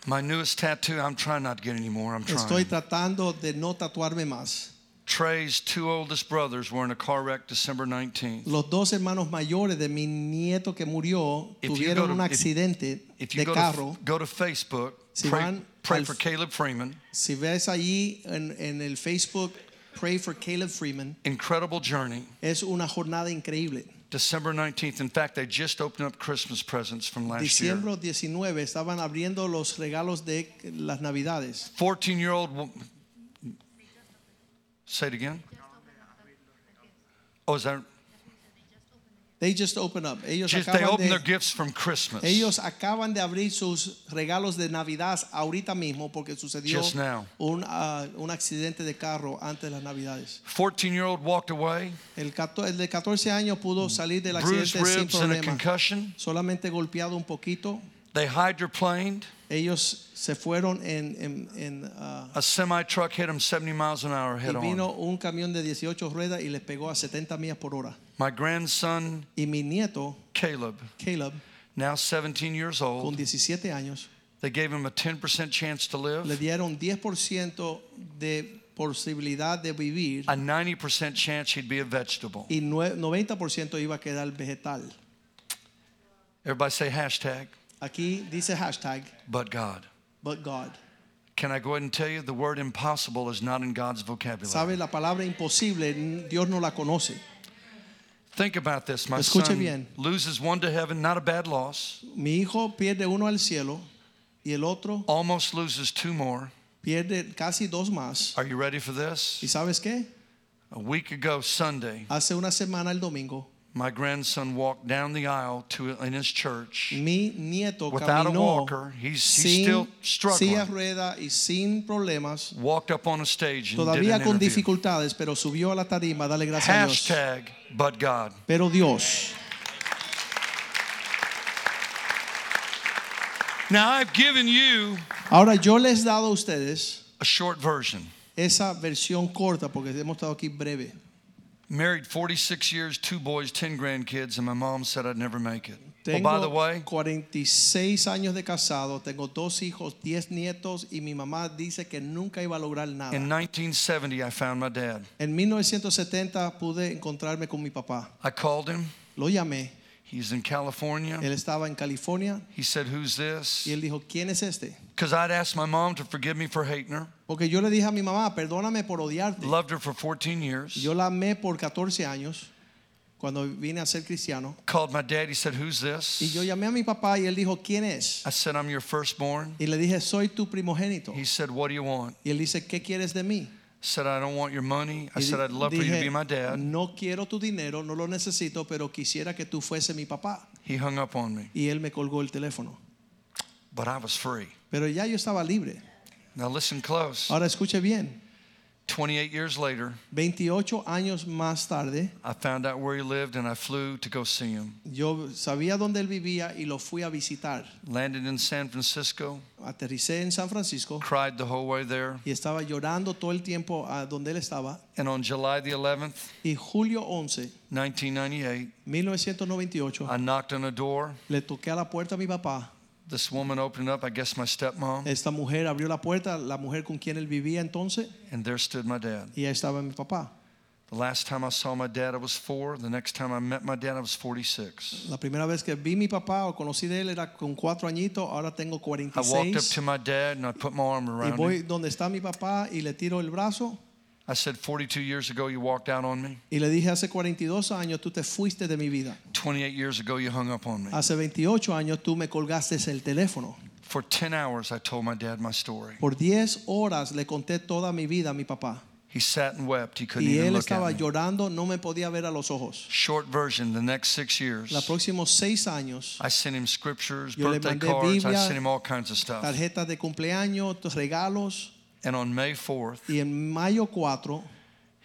S1: My newest tattoo, I'm trying not to get any more. I'm trying.
S2: Estoy tratando de no tatuarme más.
S1: Trey's two oldest brothers were in a car wreck December 19th.
S2: Los dos hermanos mayores de mi nieto que murió
S1: If you
S2: tuvieron
S1: go to-
S2: un
S1: if-
S2: accidente
S1: If you
S2: de
S1: go
S2: carro.
S1: to, go to Facebook,
S2: Si
S1: pray,
S2: van
S1: pray
S2: al-
S1: for Caleb Freeman.
S2: Si ves allí en, en el Facebook, Pray for Caleb Freeman,
S1: Incredible journey.
S2: es una jornada increíble.
S1: December 19th. In fact, they just opened up Christmas presents from last year.
S2: Diciembre 19 estaban abriendo los regalos de las Navidades.
S1: 14 year old. wo- Say it again. Oh, is that?
S2: They just opened up. Ellos,
S1: Just, they
S2: acaban,
S1: opened their
S2: de,
S1: gifts from Christmas.
S2: ellos acaban de abrir sus regalos de Navidad ahorita mismo porque sucedió
S1: Just now.
S2: un, ah, un accidente de carro antes de las Navidades.
S1: 14 year old walked away,
S2: El, cato- el de 14 años pudo salir del
S1: bruised
S2: accidente
S1: ribs
S2: sin
S1: and a
S2: problema.
S1: concussion.
S2: Solamente golpeado un poquito.
S1: They hydroplaned.
S2: Ellos se fueron en, en- en, ah,
S1: A semi truck hit him 70 miles an hour head
S2: y
S1: on.
S2: vino un camión de 18 ruedas y les pegó a 70 millas por hora.
S1: My grandson,
S2: Y mi nieto,
S1: Caleb,
S2: Caleb,
S1: now 17 years
S2: con
S1: old,
S2: 17 años,
S1: they gave him a 10% chance to
S2: le
S1: live,
S2: dieron 10% de posibilidad de vivir
S1: a 90% chance he'd be a vegetable.
S2: y nue- 90% iba a quedar vegetal.
S1: Everybody say hashtag,
S2: Aquí dice hashtag,
S1: but God.
S2: but God.
S1: Can I go ahead and tell you the word impossible is not in God's vocabulary?
S2: ¿Sabe la palabra imposible? n- Dios no la conoce.
S1: Think about this. My
S2: Escuche
S1: son
S2: bien.
S1: loses one to heaven, not a bad loss,
S2: Mi hijo pierde uno al cielo y el otro
S1: almost loses two more.
S2: pierde casi dos más.
S1: Are you ready for this?
S2: ¿Y sabes qué?
S1: A week ago, Sunday,
S2: Hace una semana el domingo,
S1: my grandson walked down the aisle to in his church
S2: mi nieto
S1: without a
S2: Mm. caminó
S1: walker. He's, he's still
S2: sin silla
S1: struggling.
S2: rueda y sin problemas,
S1: Walked up on a stage and did
S2: todavía
S1: an
S2: con
S1: interview.
S2: dificultades, pero subió a la tarima, dale gracias a Dios.
S1: Hashtag, but God.
S2: Pero Dios,
S1: Now I've given you
S2: ahora yo les he dado a ustedes
S1: a short version.
S2: esa versión corta porque hemos estado aquí breve.
S1: Oh, Married 46 years, two boys, 10 grandkids, and my mom said I'd never make it. Oh,
S2: Tengo
S1: by the way,
S2: 46 años de casado, tengo dos hijos, 10 nietos y mi mamá dice que nunca iba a lograr nada.
S1: in 1970, I found my dad.
S2: En 1970 pude encontrarme con mi papá.
S1: I called him.
S2: Lo llamé.
S1: He's in California.
S2: Él estaba en California
S1: He said, Who's this?
S2: y él dijo, ¿quién es este?
S1: Because I'd asked my mom to forgive me for hating her.
S2: Porque yo le dije a mi mamá, perdóname por odiarte.
S1: Loved her for 14 years.
S2: Yo la amé por 14 años cuando vine a ser cristiano.
S1: Called my dad. He said, Who's
S2: Y yo
S1: this?
S2: llamé a mi papá y él dijo, ¿quién es?
S1: I said, I'm your firstborn.
S2: Y le dije, soy tu primogénito.
S1: He said, What do you want?
S2: Y él dice, ¿qué quieres de mí?
S1: said, I don't want your money. I
S2: Y di-
S1: said, I'd love for you to
S2: dije,
S1: be my dad.
S2: No quiero tu dinero, no lo necesito, pero quisiera que tú fuese mi papá.
S1: He hung up on me,
S2: Y él me colgó el teléfono.
S1: but I was free.
S2: Pero ya yo estaba libre.
S1: Now listen close.
S2: Ahora escuche bien.
S1: 28 years later,
S2: 28 años más tarde,
S1: I found out where he lived and I flew to go see him.
S2: yo sabía dónde él vivía y lo fui a visitar.
S1: Landed in San Francisco,
S2: Aterricé en San Francisco
S1: cried the whole way there.
S2: y estaba llorando todo el tiempo a donde él estaba.
S1: And on July the 11th,
S2: Y julio 11,
S1: 1998,
S2: 1998,
S1: I knocked on a door.
S2: le toqué a la puerta a mi papá.
S1: This woman opened up, I guess my stepmom,
S2: Esta mujer abrió la puerta, la mujer con quien él vivía entonces,
S1: and there stood my dad.
S2: y ahí estaba mi papá.
S1: The last time I saw my dad, I was four. The next time I met my dad, I was 46.
S2: La primera vez que vi a mi papá o conocí de él era con cuatro añitos, ahora tengo
S1: I walked up
S2: 46.
S1: to my dad and I put my arm
S2: Y
S1: around
S2: voy
S1: him.
S2: donde está mi papá y le tiro el brazo
S1: I said, 42 years ago, you walked out on me.
S2: y le dije, hace 42 años tú te fuiste de mi vida.
S1: 28 years ago, you hung up on me.
S2: Hace 28 años tú me colgaste el teléfono.
S1: For 10 hours, I told my dad my story.
S2: Por 10 horas le conté toda mi vida a mi papá.
S1: He sat and wept. He couldn't
S2: Y
S1: even
S2: él
S1: look
S2: estaba
S1: at me.
S2: llorando, no me podía ver a los ojos.
S1: Short version, the next six years,
S2: Los próximos 6 años,
S1: I sent him scriptures,
S2: Yo le
S1: birthday
S2: mandé
S1: cards. I
S2: Biblia,
S1: sent him all kinds of stuff.
S2: tarjetas de cumpleaños, tus regalos.
S1: And on May 4th,
S2: Y en mayo 4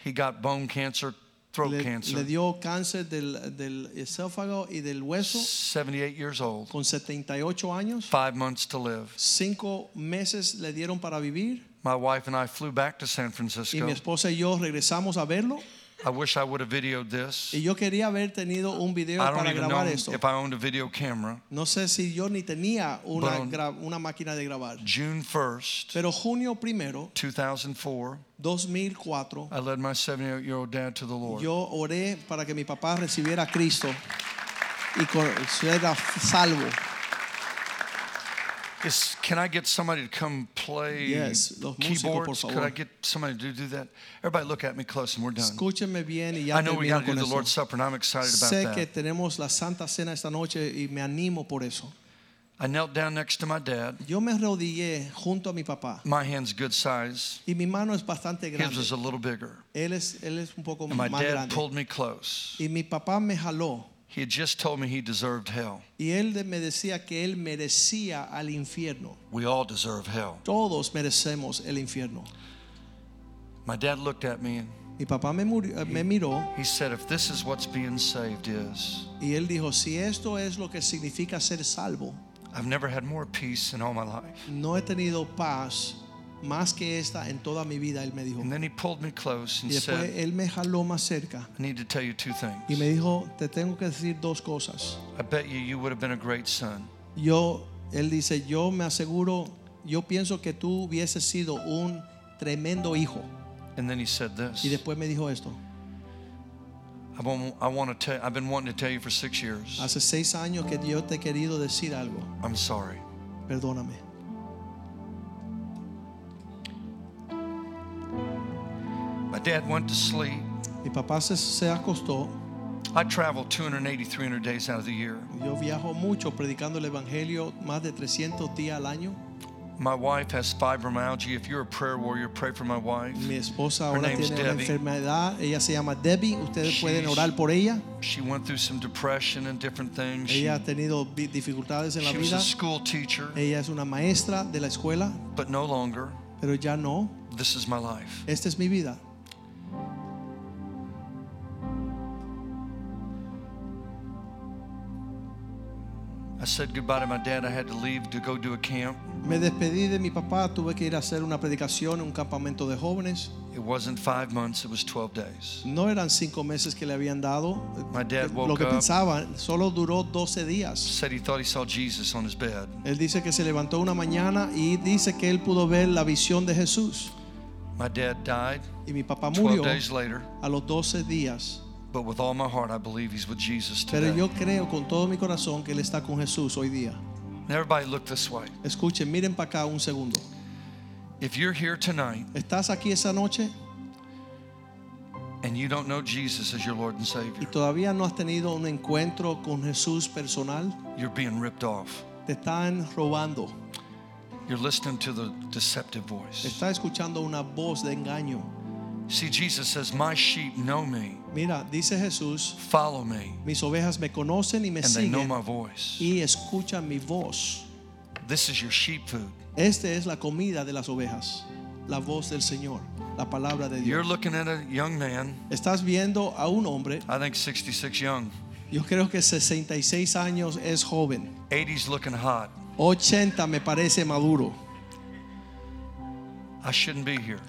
S1: he got bone cancer, throat
S2: le, le
S1: cancer,
S2: dio cáncer del, del esófago y del hueso
S1: 78 years old,
S2: con 78 años.
S1: five months to live.
S2: Cinco meses le dieron para vivir
S1: My wife and I flew back to San
S2: y mi
S1: Francisco.
S2: esposa y yo regresamos a verlo.
S1: I wish I would have videoed this.
S2: Y yo quería haber tenido un video
S1: I don't
S2: para
S1: even know
S2: grabar esto.
S1: if I owned a video camera.
S2: No sé si yo ni tenía una,
S1: Bueno.
S2: gra- una máquina de grabar.
S1: June 1st,
S2: Pero junio primero,
S1: 2004,
S2: 2004,
S1: I led my 78 year old dad to the Lord.
S2: yo oré para que mi papá recibiera a Cristo y co- fuera salvo.
S1: Is, can I get somebody to come play
S2: Yes, los músicos, por
S1: keyboards? Could
S2: favor.
S1: I get somebody to do that? Everybody look at me close and we're done.
S2: Escúchenme bien y ya
S1: I know we
S2: termino
S1: got to do
S2: con
S1: the
S2: esto.
S1: Lord's Supper and I'm excited about
S2: Sé que
S1: that.
S2: tenemos la Santa Cena esta noche y me animo por eso.
S1: I knelt down next to my dad.
S2: Yo me rodillé junto a mi papá
S1: My hand's good size.
S2: y mi mano es bastante
S1: His
S2: grande.
S1: was a little bigger.
S2: Él es, él es un poco
S1: And my
S2: más
S1: dad
S2: grande.
S1: pulled me close.
S2: Y mi papá me jaló
S1: He had just told me he deserved hell.
S2: y él de- me decía que él merecía al infierno.
S1: We all deserve hell.
S2: Todos merecemos el infierno.
S1: My dad looked at me and
S2: Mi papá me, murió- eh, me miró
S1: he said, If this is what's being saved, is
S2: y él dijo, si esto es lo que significa ser salvo,
S1: I've never had more peace in all my life.
S2: no he tenido paz más que esta en toda mi vida, él me dijo.
S1: And then he pulled me close and
S2: Y después
S1: said,
S2: él me jaló más cerca
S1: I need to tell you two things.
S2: y me dijo, te tengo que decir dos cosas.
S1: I bet you you would have been a great son.
S2: Yo, él dice, yo me aseguro, yo pienso que tú hubieses sido un tremendo hijo.
S1: And then he said this.
S2: Y después me dijo esto,
S1: I want, I want to tell, I've been wanting to tell you for six years.
S2: hace seis años que yo te he querido decir algo,
S1: I'm sorry.
S2: perdóname.
S1: My dad went to sleep.
S2: Mi papá se, se acostó,
S1: I travel 280, 300 days out of the year.
S2: yo viajo mucho predicando el Evangelio más de 300 días al año.
S1: My wife has fibromyalgia. If you're a prayer warrior, pray for my wife.
S2: Mi esposa
S1: Her
S2: ahora
S1: name's
S2: tiene una
S1: Debbie.
S2: enfermedad, ella se llama Debbie, ustedes pueden
S1: She's-
S2: orar por ella.
S1: She went through some depression and different things. She,
S2: Ella ha tenido vi- dificultades en la
S1: she was a
S2: vida,
S1: school teacher,
S2: ella es una maestra de la escuela,
S1: but no longer.
S2: pero ya no,
S1: This is my life.
S2: esta es mi vida.
S1: I said goodbye to my dad. I had to leave to go do a camp.
S2: Me despedí de mi papá, tuve que ir a hacer una predicación en un campamento de jóvenes.
S1: It wasn't five months, it was 12 days.
S2: No eran cinco meses que le habían dado. eh,
S1: My dad
S2: Lo
S1: woke
S2: que
S1: up.
S2: pensaba, solo duró 12 días.
S1: Said he thought he saw Jesus on his bed.
S2: Él dice que se levantó una mañana y dice que él pudo ver la visión de Jesús.
S1: My dad died
S2: Y mi papá
S1: 12
S2: murió
S1: days later,
S2: a los 12 días.
S1: but with all my heart, I believe he's with Jesus
S2: Pero
S1: today.
S2: yo creo con todo mi corazón que él está con Jesús hoy día.
S1: And Everybody, look this way.
S2: Escuchen, miren para acá un segundo.
S1: If you're here tonight
S2: ¿Estás aquí esa noche
S1: and you don't know Jesus as your Lord and
S2: y
S1: Savior,
S2: todavía no has tenido un encuentro con Jesús personal?
S1: you're being ripped off.
S2: Te están robando.
S1: You're listening to the deceptive voice.
S2: Está escuchando una voz de engaño.
S1: See, Jesus says, My sheep know me,
S2: Mira, dice Jesús,
S1: follow me,
S2: mis ovejas me conocen y me
S1: and they know
S2: siguen
S1: my voice.
S2: y escuchan mi voz.
S1: This is your sheep food.
S2: Esta es la comida de las ovejas, la voz del Señor, la palabra de
S1: You're
S2: Dios.
S1: looking at a young man,
S2: Estás viendo a un hombre,
S1: I think 66 young,
S2: yo creo que 66 años es joven,
S1: 80s looking hot.
S2: 80 me parece maduro.
S1: I shouldn't be here.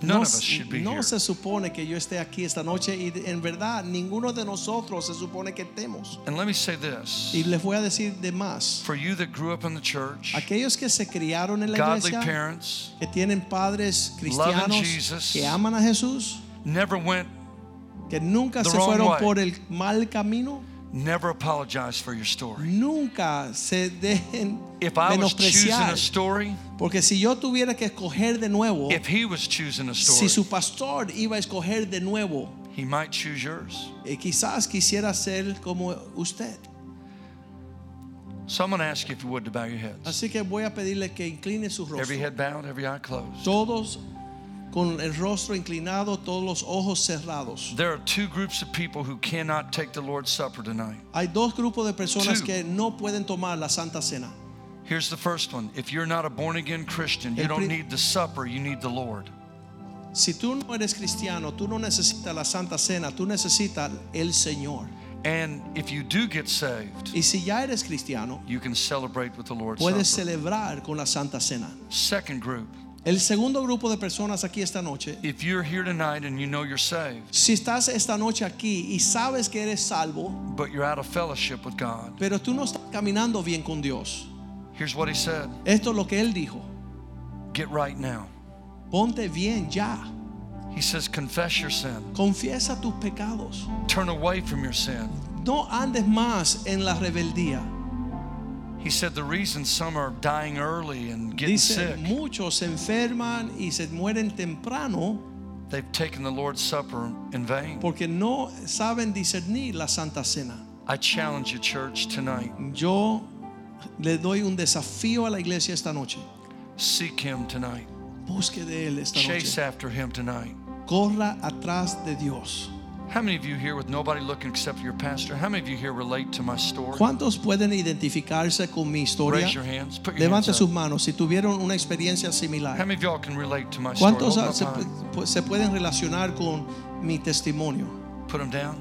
S1: None
S2: No,
S1: of us should be
S2: no
S1: here.
S2: se supone que yo esté aquí esta noche y en verdad ninguno de nosotros se supone que estemos.
S1: And let me say this
S2: Y les voy a decir de más.
S1: for you that grew up in the church,
S2: Aquellos que se criaron en la
S1: godly
S2: iglesia,
S1: parents,
S2: que tienen padres cristianos
S1: Jesus.
S2: que aman a Jesús,
S1: never went,
S2: que nunca
S1: The
S2: se
S1: wrong
S2: fueron
S1: way.
S2: por el mal camino,
S1: never apologize for your story.
S2: nunca se dejen
S1: If I was choosing
S2: menospreciar.
S1: a story,
S2: Porque si yo tuviera que escoger de nuevo,
S1: if he was choosing a
S2: si
S1: story,
S2: su pastor iba a escoger de nuevo,
S1: he might choose yours.
S2: eh, quizás quisiera ser como usted.
S1: So I'm going to ask you if you would to bow your heads.
S2: Así que voy a pedirle que incline su
S1: Every
S2: rostro.
S1: head bowed, every eye closed.
S2: Todos con el rostro inclinado, todos los ojos cerrados.
S1: There are two groups of people who cannot take the Lord's Supper tonight.
S2: Hay dos grupos de personas
S1: Two.
S2: que no pueden tomar la Santa Cena.
S1: Here's the first one. If you're not a born again Christian, you
S2: El
S1: don't
S2: pri-
S1: need the supper, you need the Lord.
S2: Si tú no eres cristiano, tú no necesitas la Santa Cena, tú necesitas el Señor.
S1: And if you do get saved,
S2: Y si ya eres cristiano,
S1: you can celebrate with the Lord's
S2: puedes
S1: Supper.
S2: celebrar con la Santa Cena.
S1: Second group.
S2: El segundo grupo de personas aquí esta noche,
S1: If you're here tonight and you know you're saved,
S2: si estás esta noche aquí y sabes que eres salvo,
S1: but you're out of fellowship with God,
S2: pero tú no estás caminando bien con Dios.
S1: here's what he said
S2: Esto es lo que Él dijo.
S1: get right now.
S2: Ponte bien ya.
S1: He says, confess your sin,
S2: Confiesa tus pecados.
S1: turn away from your sin.
S2: No andes más en la rebeldía.
S1: He said, the reason some are dying early and getting
S2: Dice,
S1: sick,
S2: muchos se enferman y se mueren temprano
S1: they've taken the Lord's Supper in vain.
S2: porque no saben discernir la Santa Cena.
S1: I challenge you, church, tonight
S2: Yo le doy un desafío a la iglesia esta noche.
S1: seek Him tonight,
S2: Busque de Él esta
S1: chase
S2: noche.
S1: after Him tonight.
S2: Corra atrás de Dios.
S1: How many of you here with nobody looking except your pastor? How many of you here relate to my story?
S2: ¿Cuántos pueden identificarse con mi historia?
S1: Raise your hands. Put your
S2: Levante
S1: hands up.
S2: sus manos si tuvieron una experiencia similar.
S1: How many of y'all can relate to my story?
S2: ¿Cuántos
S1: Hold 'em up
S2: se,
S1: high.
S2: pu- se pueden relacionar con mi testimonio?
S1: Put them down.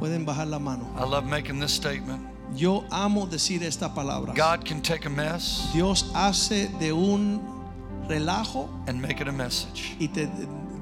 S2: Pueden bajar la mano.
S1: I love making this statement.
S2: Yo amo decir esta palabra.
S1: God can take a mess
S2: Dios hace de un relajo
S1: and make it a message.
S2: y te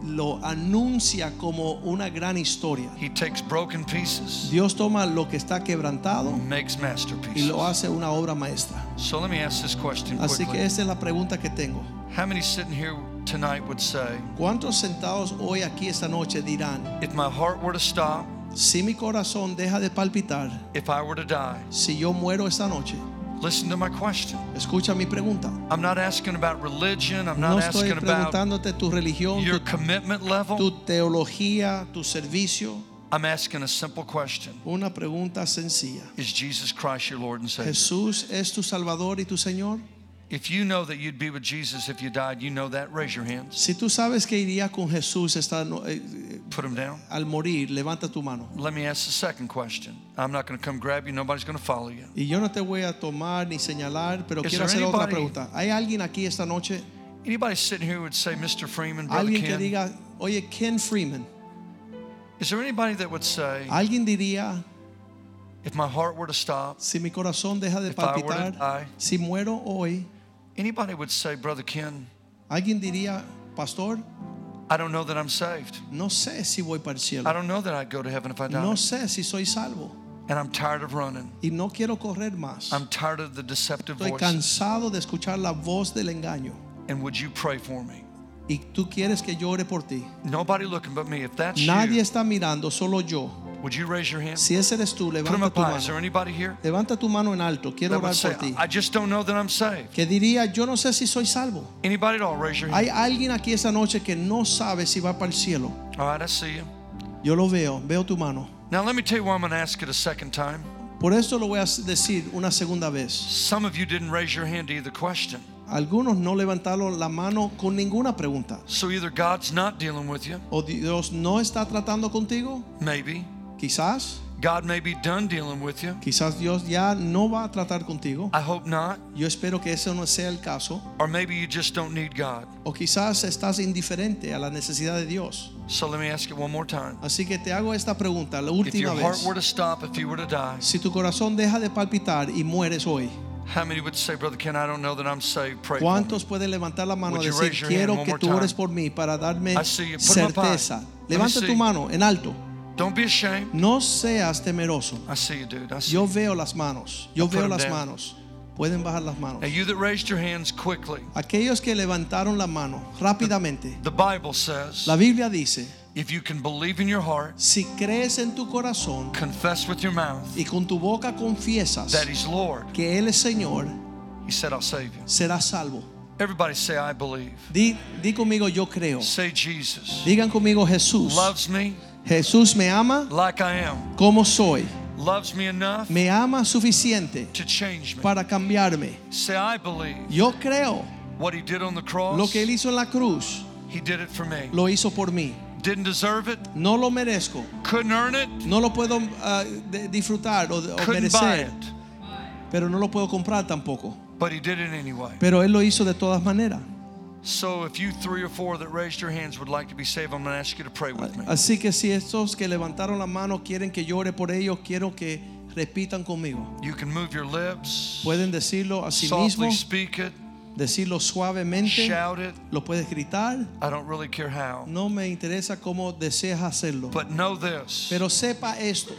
S2: lo anuncia como una gran historia.
S1: He takes broken pieces
S2: Dios toma lo que está quebrantado
S1: and makes
S2: y lo
S1: masterpieces.
S2: hace una obra maestra.
S1: So let me ask this question
S2: Así que
S1: quickly.
S2: esa es la pregunta que tengo.
S1: How many sitting here tonight would say,
S2: ¿Cuántos sentados hoy aquí esta noche dirán,
S1: if my heart were to stop,
S2: si mi corazón deja de palpitar,
S1: if I were to die?
S2: si yo muero esta noche?
S1: Listen to my question.
S2: Escucha mi pregunta.
S1: I'm not asking about religion. I'm
S2: No
S1: not
S2: estoy
S1: asking about
S2: preguntándote tu religión,
S1: your
S2: tu,
S1: commitment level.
S2: tu teología, tu servicio.
S1: I'm asking a simple question
S2: Una pregunta sencilla.
S1: Is Jesus Christ your Lord and Savior?
S2: ¿Jesús es tu Salvador y tu Señor?
S1: If you know that you'd be with Jesus if you died, you know that, raise your hands.
S2: Si tú sabes que irías con Jesús esta no- eh, eh,
S1: Put them down.
S2: al morir, levanta tu mano.
S1: Let me ask the second question. I'm not going to come grab you. Nobody's going to follow you.
S2: Y yo no te voy a tomar ni señalar, pero
S1: Is
S2: quiero
S1: there
S2: hacer otra
S1: anybody-
S2: pregunta. ¿Hay alguien aquí esta noche?
S1: Anybody sitting here would say, Mr. Freeman, Brother
S2: Alguien que
S1: Ken,
S2: diga, oye, Ken Freeman.
S1: is there anybody that would say,
S2: Alguien diría,
S1: if my heart were to stop,
S2: si mi corazón deja de
S1: If I were to
S2: palpitar,
S1: die-
S2: si muero hoy,
S1: anybody would say, Brother Ken,
S2: alguien diría, pastor,
S1: I don't know that I'm saved.
S2: no sé si voy para el cielo.
S1: I don't know that I'd go to heaven if I died.
S2: No sé si soy salvo
S1: And I'm tired of running.
S2: y no quiero correr más.
S1: I'm tired of the deceptive
S2: Estoy
S1: voices.
S2: cansado de escuchar la voz del engaño
S1: And would you pray for me?
S2: y tú quieres que llore por ti.
S1: Nobody looking but me. If that's
S2: Nadie
S1: you,
S2: está mirando, solo yo.
S1: would you raise your hand?
S2: Si ese eres tú,
S1: Put them
S2: levanta
S1: up
S2: tu
S1: high. Is
S2: mano.
S1: there anybody here
S2: Levanta tu mano en alto, quiero
S1: that would
S2: orar
S1: say,
S2: por ti.
S1: I just don't know that I'm saved?
S2: Que diría, yo no sé si soy salvo.
S1: Anybody at all, raise your hand.
S2: Hay alguien aquí esta noche que no sabe si va para el cielo.
S1: All right, I see you.
S2: Yo lo veo, veo tu mano.
S1: Now, let me tell you why I'm going to ask it a second time.
S2: Por eso lo voy a decir una segunda vez.
S1: Some of you didn't raise your hand to either question.
S2: Algunos no levantaron la mano con ninguna pregunta.
S1: So either God's not dealing with you,
S2: ¿O Dios no está tratando contigo?
S1: maybe.
S2: Quizás,
S1: God may be done dealing with you.
S2: quizás Dios ya no va a tratar contigo.
S1: I hope not.
S2: Yo espero que ese no sea el caso.
S1: Or maybe you just don't need God.
S2: O quizás estás indiferente a la necesidad de Dios.
S1: So let me ask you one more time.
S2: Así que te hago esta pregunta, la
S1: If your
S2: última
S1: heart
S2: vez.
S1: were to stop, if you were to die,
S2: Si tu corazón deja de palpitar y mueres hoy,
S1: how many would say, Brother Ken, I don't know that I'm saved? Pray for me.
S2: ¿cuántos pueden levantar la mano
S1: Would
S2: y
S1: you
S2: decir,
S1: raise your hand
S2: quiero
S1: one
S2: que
S1: more
S2: tú ores
S1: time?
S2: por mí para darme
S1: I see you. Put 'em up high.
S2: certeza?
S1: Let me
S2: Levanta
S1: see.
S2: tu mano en alto.
S1: Don't be ashamed.
S2: No seas temeroso.
S1: I see you, dude. I see
S2: Yo
S1: you.
S2: veo las manos. Yo
S1: put
S2: veo
S1: 'em
S2: las
S1: down.
S2: manos. Pueden bajar las manos.
S1: Now, you that raised your hands quickly,
S2: Aquellos que levantaron la mano rápidamente.
S1: the Bible says,
S2: La Biblia dice,
S1: if you can believe in your heart,
S2: si crees en tu corazón
S1: confess with your mouth
S2: y con tu boca confiesas
S1: that He's Lord,
S2: que Él es Señor,
S1: He said, I'll save you.
S2: serás salvo.
S1: Everybody say, I believe.
S2: Di, di conmigo, yo creo.
S1: Say, Jesus
S2: Digan conmigo, Jesús.
S1: loves me
S2: Jesús me ama
S1: like I am,
S2: como soy.
S1: loves me enough
S2: Me ama suficiente
S1: to change me.
S2: para cambiarme.
S1: Say, I believe
S2: Yo creo
S1: what He did on the cross,
S2: lo que Él hizo en la cruz,
S1: He did it for me.
S2: lo hizo por mí.
S1: Didn't deserve it,
S2: No lo merezco.
S1: couldn't earn it,
S2: No lo puedo ah, de- disfrutar o, o
S1: couldn't buy
S2: merecer,
S1: it,
S2: pero no lo puedo comprar tampoco.
S1: but He did it anyway.
S2: Pero Él lo hizo de todas maneras.
S1: So, if you three or four that raised your hands would like to be saved, I'm going to ask you to pray with me.
S2: Así que si estos que levantaron la mano quieren que llore por ellos, quiero que repitan conmigo.
S1: You can move your lips,
S2: Pueden decirlo a sí
S1: softly
S2: mismos,
S1: speak it,
S2: decirlo suavemente,
S1: shout it.
S2: lo puedes gritar.
S1: I don't really care how.
S2: No me interesa cómo deseas hacerlo.
S1: But know this
S2: Pero sepa esto,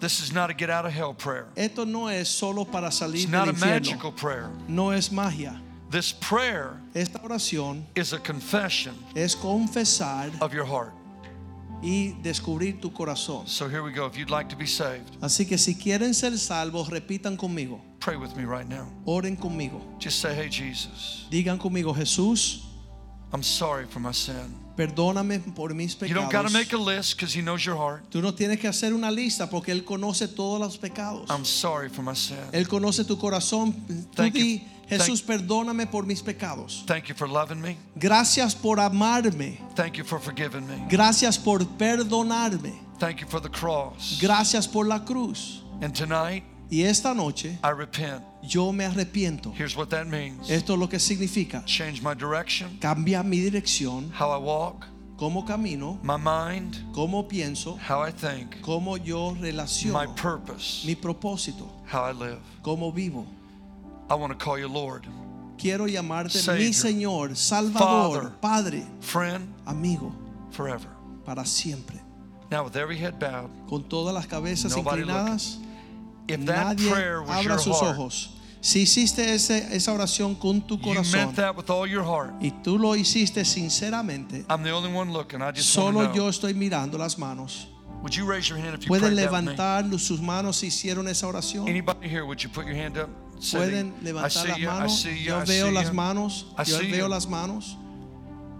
S1: this is not a get out of hell prayer,
S2: esto no es solo para
S1: it's
S2: salir
S1: not
S2: del
S1: a
S2: infierno.
S1: magical prayer.
S2: No es magia.
S1: This prayer
S2: Esta oración
S1: is a confession
S2: es confesar
S1: of your heart.
S2: y descubrir tu corazón.
S1: So, here we go. If you'd like to be saved,
S2: Así que si quieren ser salvos, repitan conmigo,
S1: pray with me right now.
S2: oren conmigo,
S1: Just say, Hey, Jesus,
S2: digan conmigo, Jesús,
S1: I'm sorry for my sin.
S2: perdóname por mis
S1: You don't got to
S2: pecados.
S1: make a list because He knows your heart.
S2: Tú no tienes que hacer una lista porque Él conoce todos los pecados.
S1: I'm sorry for my sin.
S2: Él conoce tu corazón. Tú
S1: Thank you.
S2: di,
S1: Thank-
S2: Jesús, perdóname por mis pecados.
S1: Thank you for loving me.
S2: Gracias por amarme.
S1: Thank you for forgiving me.
S2: Gracias por perdonarme.
S1: Thank you for the cross.
S2: Gracias por la cruz.
S1: And tonight,
S2: Y esta noche
S1: I repent.
S2: yo me arrepiento.
S1: Here's what that means
S2: Esto es lo que significa.
S1: change my direction,
S2: Cambia mi dirección,
S1: how I walk,
S2: cómo camino,
S1: my mind,
S2: cómo pienso,
S1: how I think,
S2: cómo yo
S1: my
S2: relaciono,
S1: purpose,
S2: mi propósito,
S1: how I live.
S2: cómo vivo.
S1: I want to call you Lord.
S2: Quiero llamarte
S1: Savior.
S2: mi Señor, Salvador,
S1: Father.
S2: Padre,
S1: Friend,
S2: amigo,
S1: forever.
S2: para siempre.
S1: Now, with every head bowed,
S2: Con todas las cabezas
S1: Nobody
S2: inclinadas,
S1: if that
S2: nadie
S1: prayer was
S2: abra
S1: your
S2: sus
S1: heart,
S2: ojos. Si hiciste ese- esa oración con tu
S1: you
S2: corazón,
S1: meant that with all your heart.
S2: y tú lo hiciste sinceramente,
S1: I'm the only one looking. I just
S2: solo
S1: want to know.
S2: yo estoy mirando las manos.
S1: Would you raise your hand if you
S2: Pueden
S1: prayed that with me?
S2: levantar sus manos si hicieron esa oración.
S1: Anybody here, would you put your hand up? Say that-
S2: Pueden
S1: I
S2: levantar
S1: see
S2: las
S1: you, I
S2: manos.
S1: see you,
S2: Yo
S1: I
S2: veo
S1: see
S2: las
S1: you.
S2: manos.
S1: I
S2: Yo
S1: see
S2: veo
S1: you.
S2: las manos.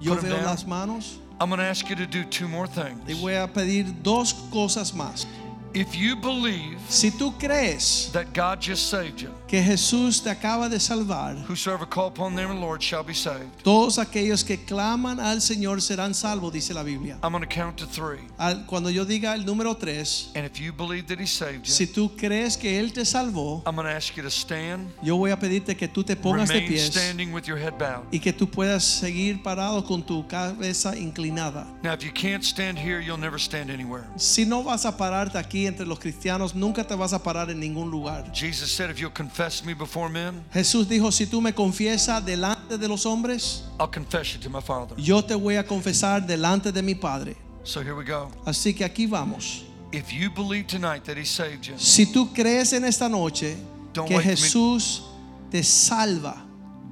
S2: Yo
S1: 'em
S2: veo
S1: down.
S2: las manos.
S1: I'm going to ask you to do two more things.
S2: Y voy a pedir dos cosas más.
S1: If you believe
S2: Si tú crees
S1: that God just saved you,
S2: que Jesús te acaba de salvar,
S1: whosoever call upon the name of the Lord shall be saved.
S2: todos aquellos que claman al Señor serán salvos, dice la Biblia.
S1: I'm going to count to three.
S2: Al- Cuando yo diga el número tres,
S1: And if you believe that He saved you,
S2: si tú crees que Él te salvó,
S1: I'm going to ask you to stand,
S2: yo voy a pedirte que tú te pongas de
S1: remain
S2: pie
S1: standing with your head bowed.
S2: y que tú puedas seguir parado con tu cabeza inclinada.
S1: Now, if you can't stand here, you'll never stand anywhere.
S2: Si no vas a pararte aquí entre los cristianos, nunca te vas a parar en ningún lugar.
S1: Jesus said, If you'll confess me before men,
S2: Jesús dijo, si tú me confiesas delante de los hombres,
S1: I'll confess you to my Father.
S2: yo te voy a confesar delante de mi Padre.
S1: So here we go.
S2: Así que aquí vamos.
S1: If you believe tonight that He saved you,
S2: Si tú crees en esta noche
S1: Don't
S2: que
S1: wait for me.
S2: Jesús te salva,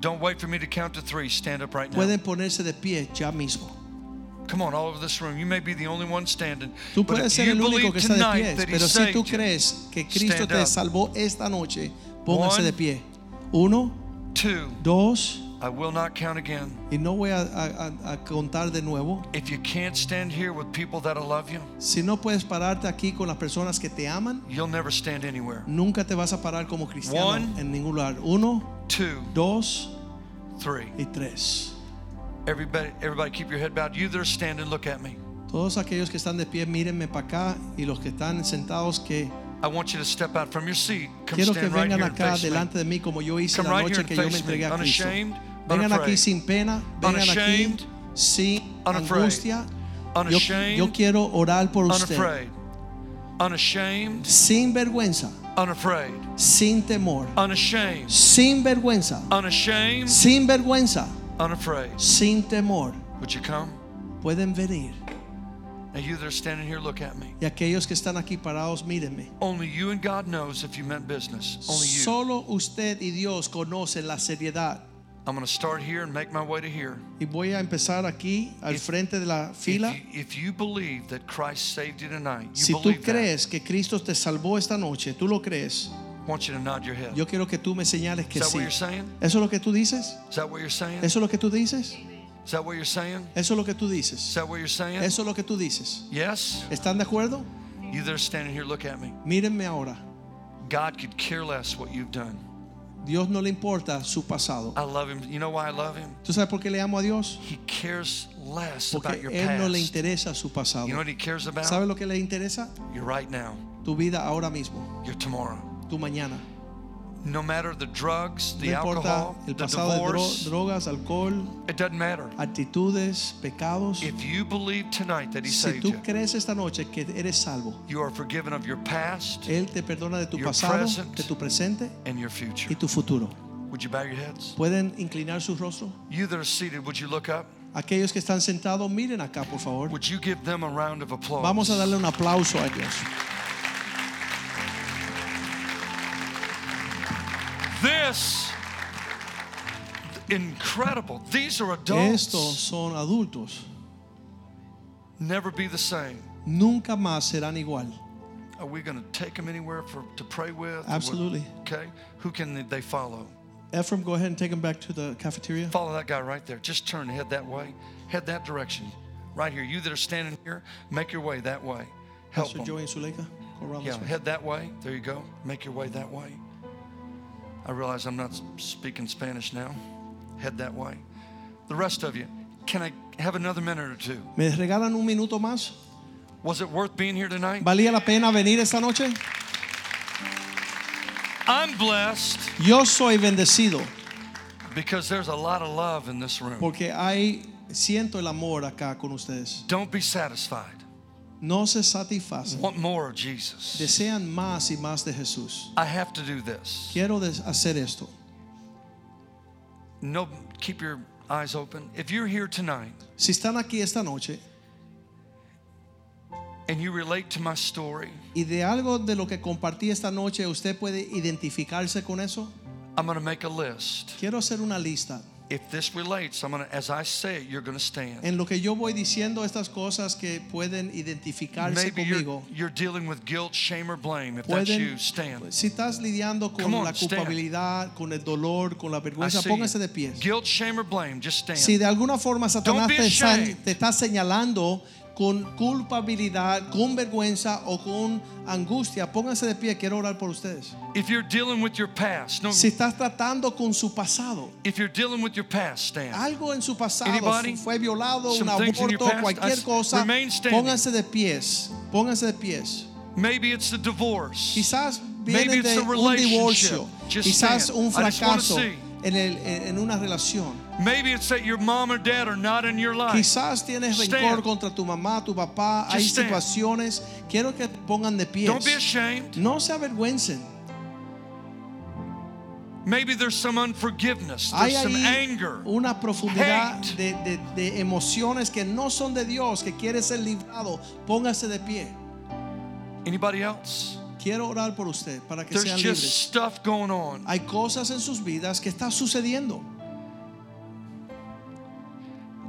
S1: don't wait for me to count to three. Stand up right now.
S2: pueden ponerse de pie ya mismo.
S1: Come on, all over this room. You may be the only one standing.
S2: Tú
S1: But
S2: puedes
S1: if
S2: ser
S1: you
S2: el único
S1: believe
S2: que está de
S1: tonight
S2: pie,
S1: that He
S2: pero si tú
S1: saved you,
S2: crees que Cristo
S1: Stand
S2: te
S1: up.
S2: salvó esta noche, póngase
S1: One.
S2: de pie. Uno,
S1: two,
S2: dos,
S1: I will not count again.
S2: y no voy a- a- a- a contar de nuevo.
S1: If you can't stand here with people that'll love you,
S2: Si no puedes pararte aquí con las personas que te aman,
S1: you'll never stand anywhere.
S2: nunca te vas a parar como cristiano
S1: One.
S2: en ningún lugar. Uno,
S1: Two,
S2: dos,
S1: three.
S2: y tres.
S1: Everybody, everybody, keep your head bowed. You that are standing, look at me.
S2: Todos aquellos que están de pie, mírenme para acá y los que están sentados que
S1: I want you to step out from your seat. Come
S2: quiero que
S1: stand right
S2: vengan
S1: here and
S2: acá
S1: face me.
S2: delante de mí como yo hice
S1: Come
S2: la
S1: right here
S2: noche
S1: and
S2: que yo me
S1: face me,
S2: entregué a Cristo.
S1: unashamed,
S2: Vengan aquí
S1: unafraid.
S2: sin pena, vengan aquí
S1: Unashamed,
S2: sin
S1: unafraid.
S2: angustia. Yo,
S1: Unashamed,
S2: yo quiero orar por usted
S1: unafraid, unashamed,
S2: sin vergüenza,
S1: unafraid,
S2: sin temor,
S1: unashamed,
S2: sin vergüenza,
S1: unashamed,
S2: sin vergüenza,
S1: unafraid.
S2: sin temor.
S1: Would you come?
S2: Pueden venir.
S1: Now you that are standing here, look at me.
S2: Y aquellos que están aquí parados, mírenme.
S1: Only you and God knows if you meant business. Only you.
S2: Solo usted y Dios conocen la seriedad.
S1: I'm going to start here and make my way to here.
S2: Y voy a empezar aquí, al
S1: If-
S2: frente de la
S1: If you,
S2: fila.
S1: if you believe that Christ saved you tonight, you
S2: Si tú
S1: believe that,
S2: crees que Cristo te salvó esta noche, tú lo crees,
S1: I want you to nod your head.
S2: yo quiero que tú me señales que
S1: Is that
S2: sí.
S1: what you're saying?
S2: ¿Eso es lo que tú dices?
S1: Is that what you're saying?
S2: ¿Eso es lo que tú dices?
S1: Is that what you're saying?
S2: ¿Eso es lo que tú
S1: Is
S2: dices?
S1: that what you're saying?
S2: ¿Eso es lo que tú dices?
S1: Yes?
S2: ¿Están de acuerdo?
S1: You that are standing here, look at me.
S2: Mírenme ahora.
S1: God could care less what you've done.
S2: Dios no le importa su pasado.
S1: I love him. You know why I love him?
S2: ¿Tú sabes por qué le amo a Dios?
S1: He cares less about
S2: Porque
S1: your
S2: Él
S1: past.
S2: no le interesa su pasado.
S1: you know what he cares about?
S2: ¿Sabes lo que le interesa?
S1: Your right now,
S2: Tu vida ahora mismo,
S1: your tomorrow.
S2: tu mañana.
S1: No matter the drugs, the
S2: no importa
S1: alcohol,
S2: el
S1: the
S2: pasado de dro-
S1: divorce,
S2: drogas, alcohol,
S1: it doesn't matter.
S2: actitudes, pecados.
S1: If you believe tonight that he
S2: Si
S1: saved
S2: tú
S1: you,
S2: crees esta noche que eres salvo,
S1: you are forgiven of your past
S2: Él te perdona de tu
S1: Your
S2: pasado,
S1: present.
S2: de tu presente
S1: and your future.
S2: y tu futuro.
S1: Would you bow your heads?
S2: ¿Pueden inclinar su rostro?
S1: You that are seated, would you look up?
S2: Aquellos que están sentados, miren acá, por favor.
S1: Would you give them a round of applause?
S2: Vamos a darle un aplauso a Dios.
S1: this incredible. These are adults.
S2: Estos son adultos.
S1: Never be the same.
S2: Nunca más serán igual.
S1: Are we going to take them anywhere for to pray with?
S2: Absolutely.
S1: Okay. Who can they follow?
S2: Ephraim, go ahead and take them back to the cafeteria.
S1: Follow that guy right there. Just turn, head that way. Head that direction. Right here. You that are standing here, make your way that way. Help
S2: Pastor
S1: them.
S2: Joey and Zuleika. Go around this
S1: Yeah,
S2: way.
S1: head that way. There you go. Make your way that way. I realize I'm not speaking Spanish now. Head that way. The rest of you, can I have another minute or two?
S2: ¿Me regalan un minuto más?
S1: Was it worth being here tonight?
S2: ¿Valía la pena venir esta noche?
S1: I'm blessed
S2: Yo soy bendecido
S1: because there's a lot of love in this room.
S2: porque hay, siento el amor acá con ustedes.
S1: Don't be satisfied.
S2: No se satisfacen.
S1: Want more of Jesus.
S2: Desean más y más de Jesús.
S1: I have to do this.
S2: Quiero des- hacer esto.
S1: No, keep your eyes open. If you're here tonight
S2: Si están aquí esta noche
S1: and you relate to my story,
S2: y de algo de lo que compartí esta noche usted puede identificarse con eso,
S1: I'm going to make a list.
S2: quiero hacer una lista.
S1: If this relates, I'm going to, as I say it, you're going to stand.
S2: En lo que yo voy diciendo estas cosas que pueden identificarse
S1: Maybe you're,
S2: conmigo.
S1: you're dealing with guilt, shame, or blame. If that's
S2: Pueden-
S1: you, stand.
S2: Si estás lidiando con
S1: Come on,
S2: la
S1: stand.
S2: culpabilidad, con el dolor, con la
S1: I
S2: vergüenza,
S1: see you.
S2: póngase de pie.
S1: Guilt, shame, or blame, just
S2: Si
S1: stand.
S2: de alguna forma
S1: Don't
S2: Satanás
S1: be
S2: te está,
S1: ashamed.
S2: te está señalando con culpabilidad, con vergüenza o con angustia, pónganse de pie, quiero orar por ustedes.
S1: If you're dealing with your past, no.
S2: Si estás tratando con su pasado,
S1: If you're dealing with your past, stand.
S2: algo en su pasado
S1: Anybody?
S2: fu- fue violado, un
S1: Some things in your
S2: aborto,
S1: past?
S2: cualquier
S1: I-
S2: cosa,
S1: remain standing.
S2: pónganse de pies, pónganse de pies.
S1: Maybe it's the divorce.
S2: Quizás
S1: Maybe
S2: vienen
S1: it's
S2: de
S1: a
S2: un
S1: relationship.
S2: divorcio,
S1: Just
S2: quizás
S1: stand. I
S2: un
S1: just wanna
S2: fracaso
S1: see.
S2: en, el- en una relación.
S1: Maybe it's that your mom or dad are not in your life.
S2: Quizás tienes
S1: Stand.
S2: rencor contra tu mamá, tu papá. Hay
S1: stand.
S2: situaciones. Quiero que te pongan de pie.
S1: Don't be ashamed.
S2: No se avergüencen.
S1: Maybe there's some unforgiveness,
S2: Hay
S1: there's some
S2: ahí
S1: anger.
S2: una profundidad
S1: hate.
S2: de, de- de emociones que no son de Dios, que quiere ser librado. Póngase de pie.
S1: Anybody else?
S2: Quiero orar por usted para que
S1: There's
S2: sean
S1: just
S2: libres.
S1: stuff going on.
S2: Hay cosas en sus vidas que está sucediendo.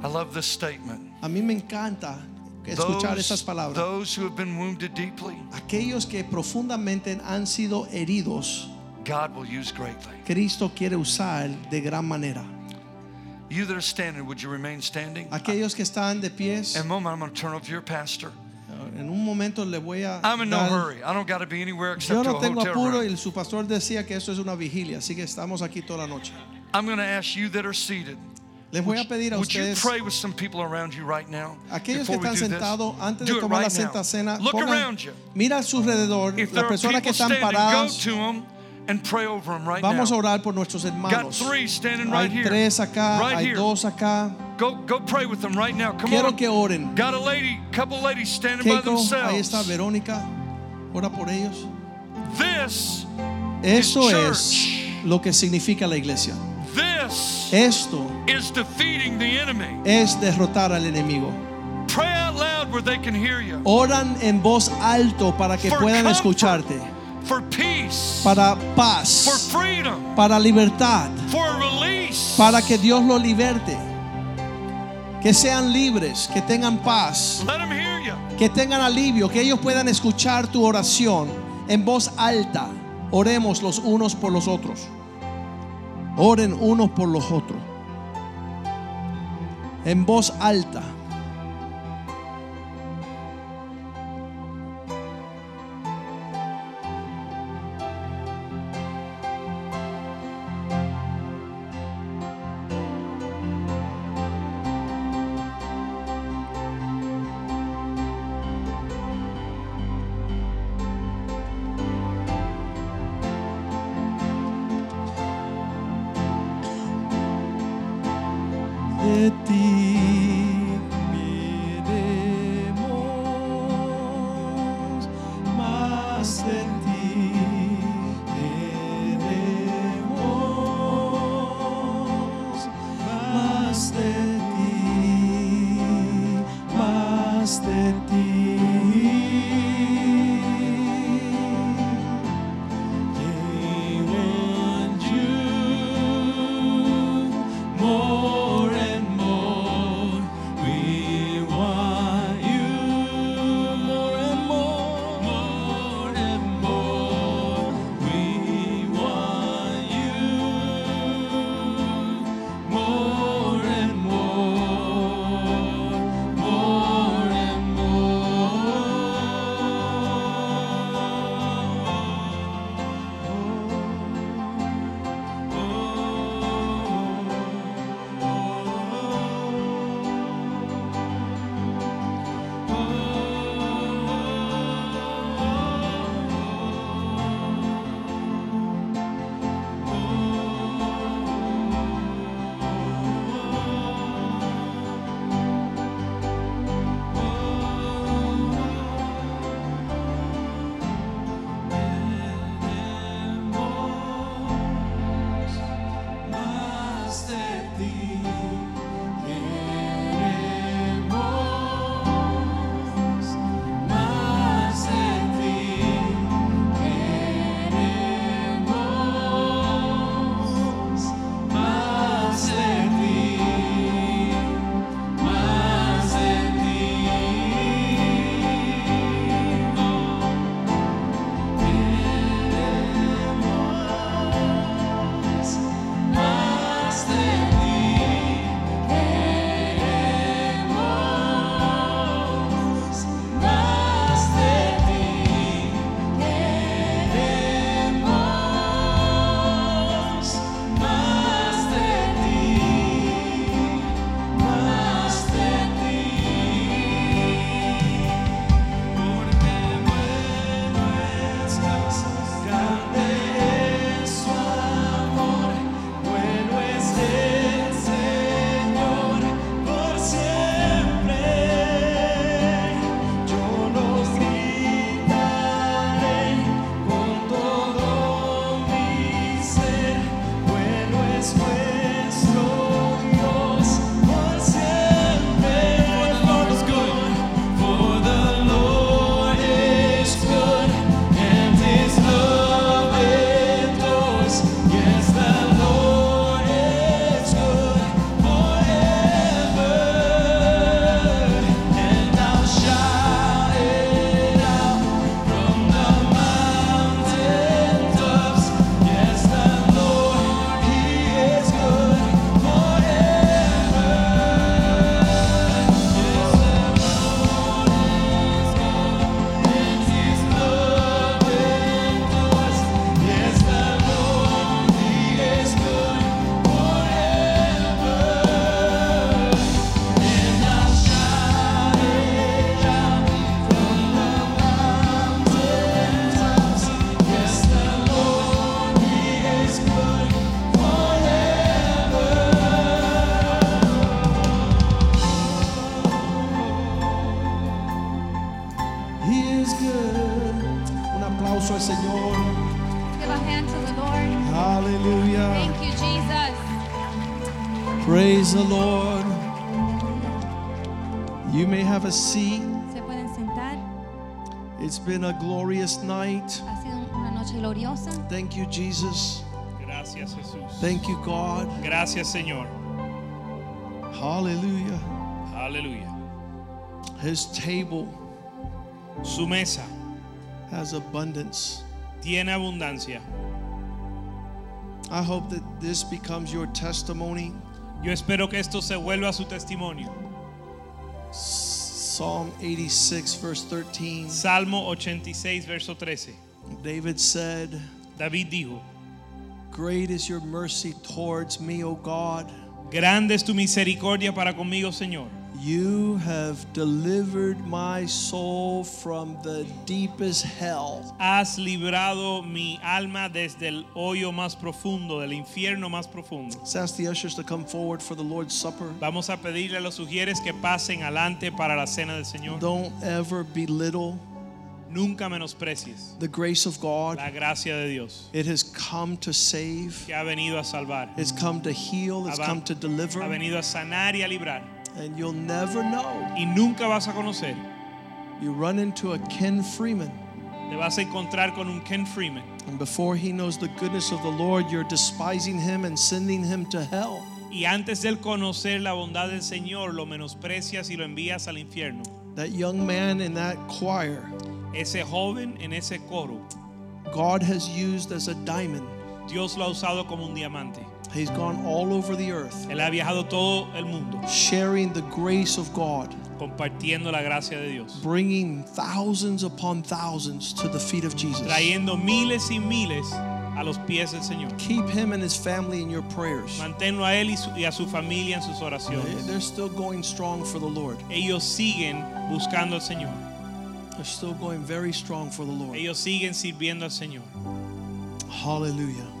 S1: I love this statement.
S2: A mí me encanta escuchar estas
S1: Those,
S2: palabras.
S1: those who have been wounded deeply,
S2: Aquellos que profundamente han sido heridos,
S1: God will use greatly.
S2: Cristo quiere usar de gran manera.
S1: You that are standing, Uh, would you remain standing?
S2: Aquellos que están de pies,
S1: Em- In a moment, I'm going to turn over to your pastor.
S2: en en un momento le voy a
S1: I'm in no
S2: dar-
S1: hurry. I don't got to be anywhere except
S2: Yo
S1: to a
S2: no tengo
S1: hotel
S2: apuro
S1: room.
S2: y su pastor decía que esto es una vigilia, así que estamos aquí toda la noche.
S1: I'm going to ask you that are seated.
S2: Les voy a pedir a
S1: Would you
S2: ustedes
S1: pray with some people around you right now?
S2: Aquellos
S1: before
S2: que
S1: we
S2: están
S1: do this?
S2: sentados antes de
S1: Do it
S2: tomar la
S1: right now.
S2: santa cena,
S1: Look
S2: pongan-
S1: around you.
S2: mira a su alrededor,
S1: If
S2: las
S1: there are
S2: personas
S1: people
S2: que están
S1: standing, go
S2: paradas.
S1: to them and pray over them right
S2: Vamos a
S1: now.
S2: orar por nuestros hermanos.
S1: three standing
S2: Hay
S1: right here.
S2: tres acá,
S1: Right
S2: hay
S1: here.
S2: dos acá.
S1: Go, go pray with them right now. Come
S2: Quiero
S1: on.
S2: que oren.
S1: Got a lady, couple ladies standing by
S2: Keiko, ahí está
S1: themselves.
S2: Verónica. Ora por ellos.
S1: This,
S2: Eso es
S1: church.
S2: lo que significa la iglesia.
S1: this
S2: Esto
S1: is defeating the enemy.
S2: es derrotar al enemigo.
S1: Pray out loud where they can hear you.
S2: Oran en voz alto para que
S1: For
S2: puedan
S1: comfort.
S2: escucharte.
S1: For peace,
S2: Para
S1: for
S2: paz,
S1: freedom,
S2: para libertad,
S1: for release.
S2: para que Dios los liberte. Que sean libres, que tengan paz,
S1: Let them hear you.
S2: que tengan alivio, que ellos puedan escuchar tu oración en voz alta. Oremos los unos por los otros. Oren unos por los otros. En voz alta.
S3: de ti miremos más de ti queremos más de ti más de ti They want you more and more. We want you more and more, more and more. We want you more and more.
S4: Thank you, Jesus.
S2: Praise the Lord. You may have a seat.
S4: Se pueden sentar.
S2: It's been a glorious night.
S4: Ha sido una noche gloriosa.
S2: Thank you, Jesus.
S5: Gracias Jesús.
S2: Thank you, God.
S5: Gracias Señor.
S2: Hallelujah.
S5: Aleluya.
S2: His table
S5: Su mesa
S2: has abundance.
S5: tiene abundancia.
S2: I hope that this becomes your testimony.
S5: Yo espero que esto se vuelva su testimonio.
S2: Psalm 86, verse 13.
S5: Salmo 86, verso 13.
S2: David said,
S5: David dijo,
S2: Great is your mercy towards me, O God.
S5: grande es tu misericordia para conmigo, Señor.
S2: You have delivered my soul from the deepest hell.
S5: Has librado mi alma desde el hoyo más profundo, del infierno más profundo.
S2: Let's ask the ushers to come forward for the Lord's Supper.
S5: Vamos a pedirle a los sugieres que pasen adelante para la cena del Señor.
S2: Don't ever belittle
S5: Nunca menosprecies
S2: the grace of
S5: la
S2: God.
S5: gracia de Dios
S2: It has come to save,
S5: que ha venido a salvar,
S2: it's come to heal, it's
S5: Ava-
S2: come to deliver.
S5: ha venido a sanar y a librar.
S2: And you'll never know.
S5: Y nunca vas a conocer,
S2: You run into a Ken Freeman,
S5: te vas a encontrar con un Ken Freeman.
S2: and before he knows the goodness of the Lord, you're despising him and sending him to hell.
S5: Y antes de él conocer la bondad del Señor, lo menosprecias y lo envías al infierno.
S2: That young man in that choir,
S5: Ese joven en ese coro,
S2: God has used as a diamond.
S5: Dios lo ha usado como un diamante.
S2: He's gone all over the earth,
S5: Él ha viajado todo el mundo
S2: sharing the grace of God,
S5: compartiendo la gracia de Dios,
S2: bringing thousands upon thousands to the feet of Jesus.
S5: trayendo miles y miles a los pies del Señor.
S2: Keep him and his family in your prayers.
S5: Manténlo a él y, su- y a su familia en sus oraciones.
S2: They're still going strong for the Lord.
S5: Ellos siguen buscando al Señor.
S2: They're still going very strong for the Lord.
S5: Ellos siguen sirviendo al Señor.
S2: Hallelujah.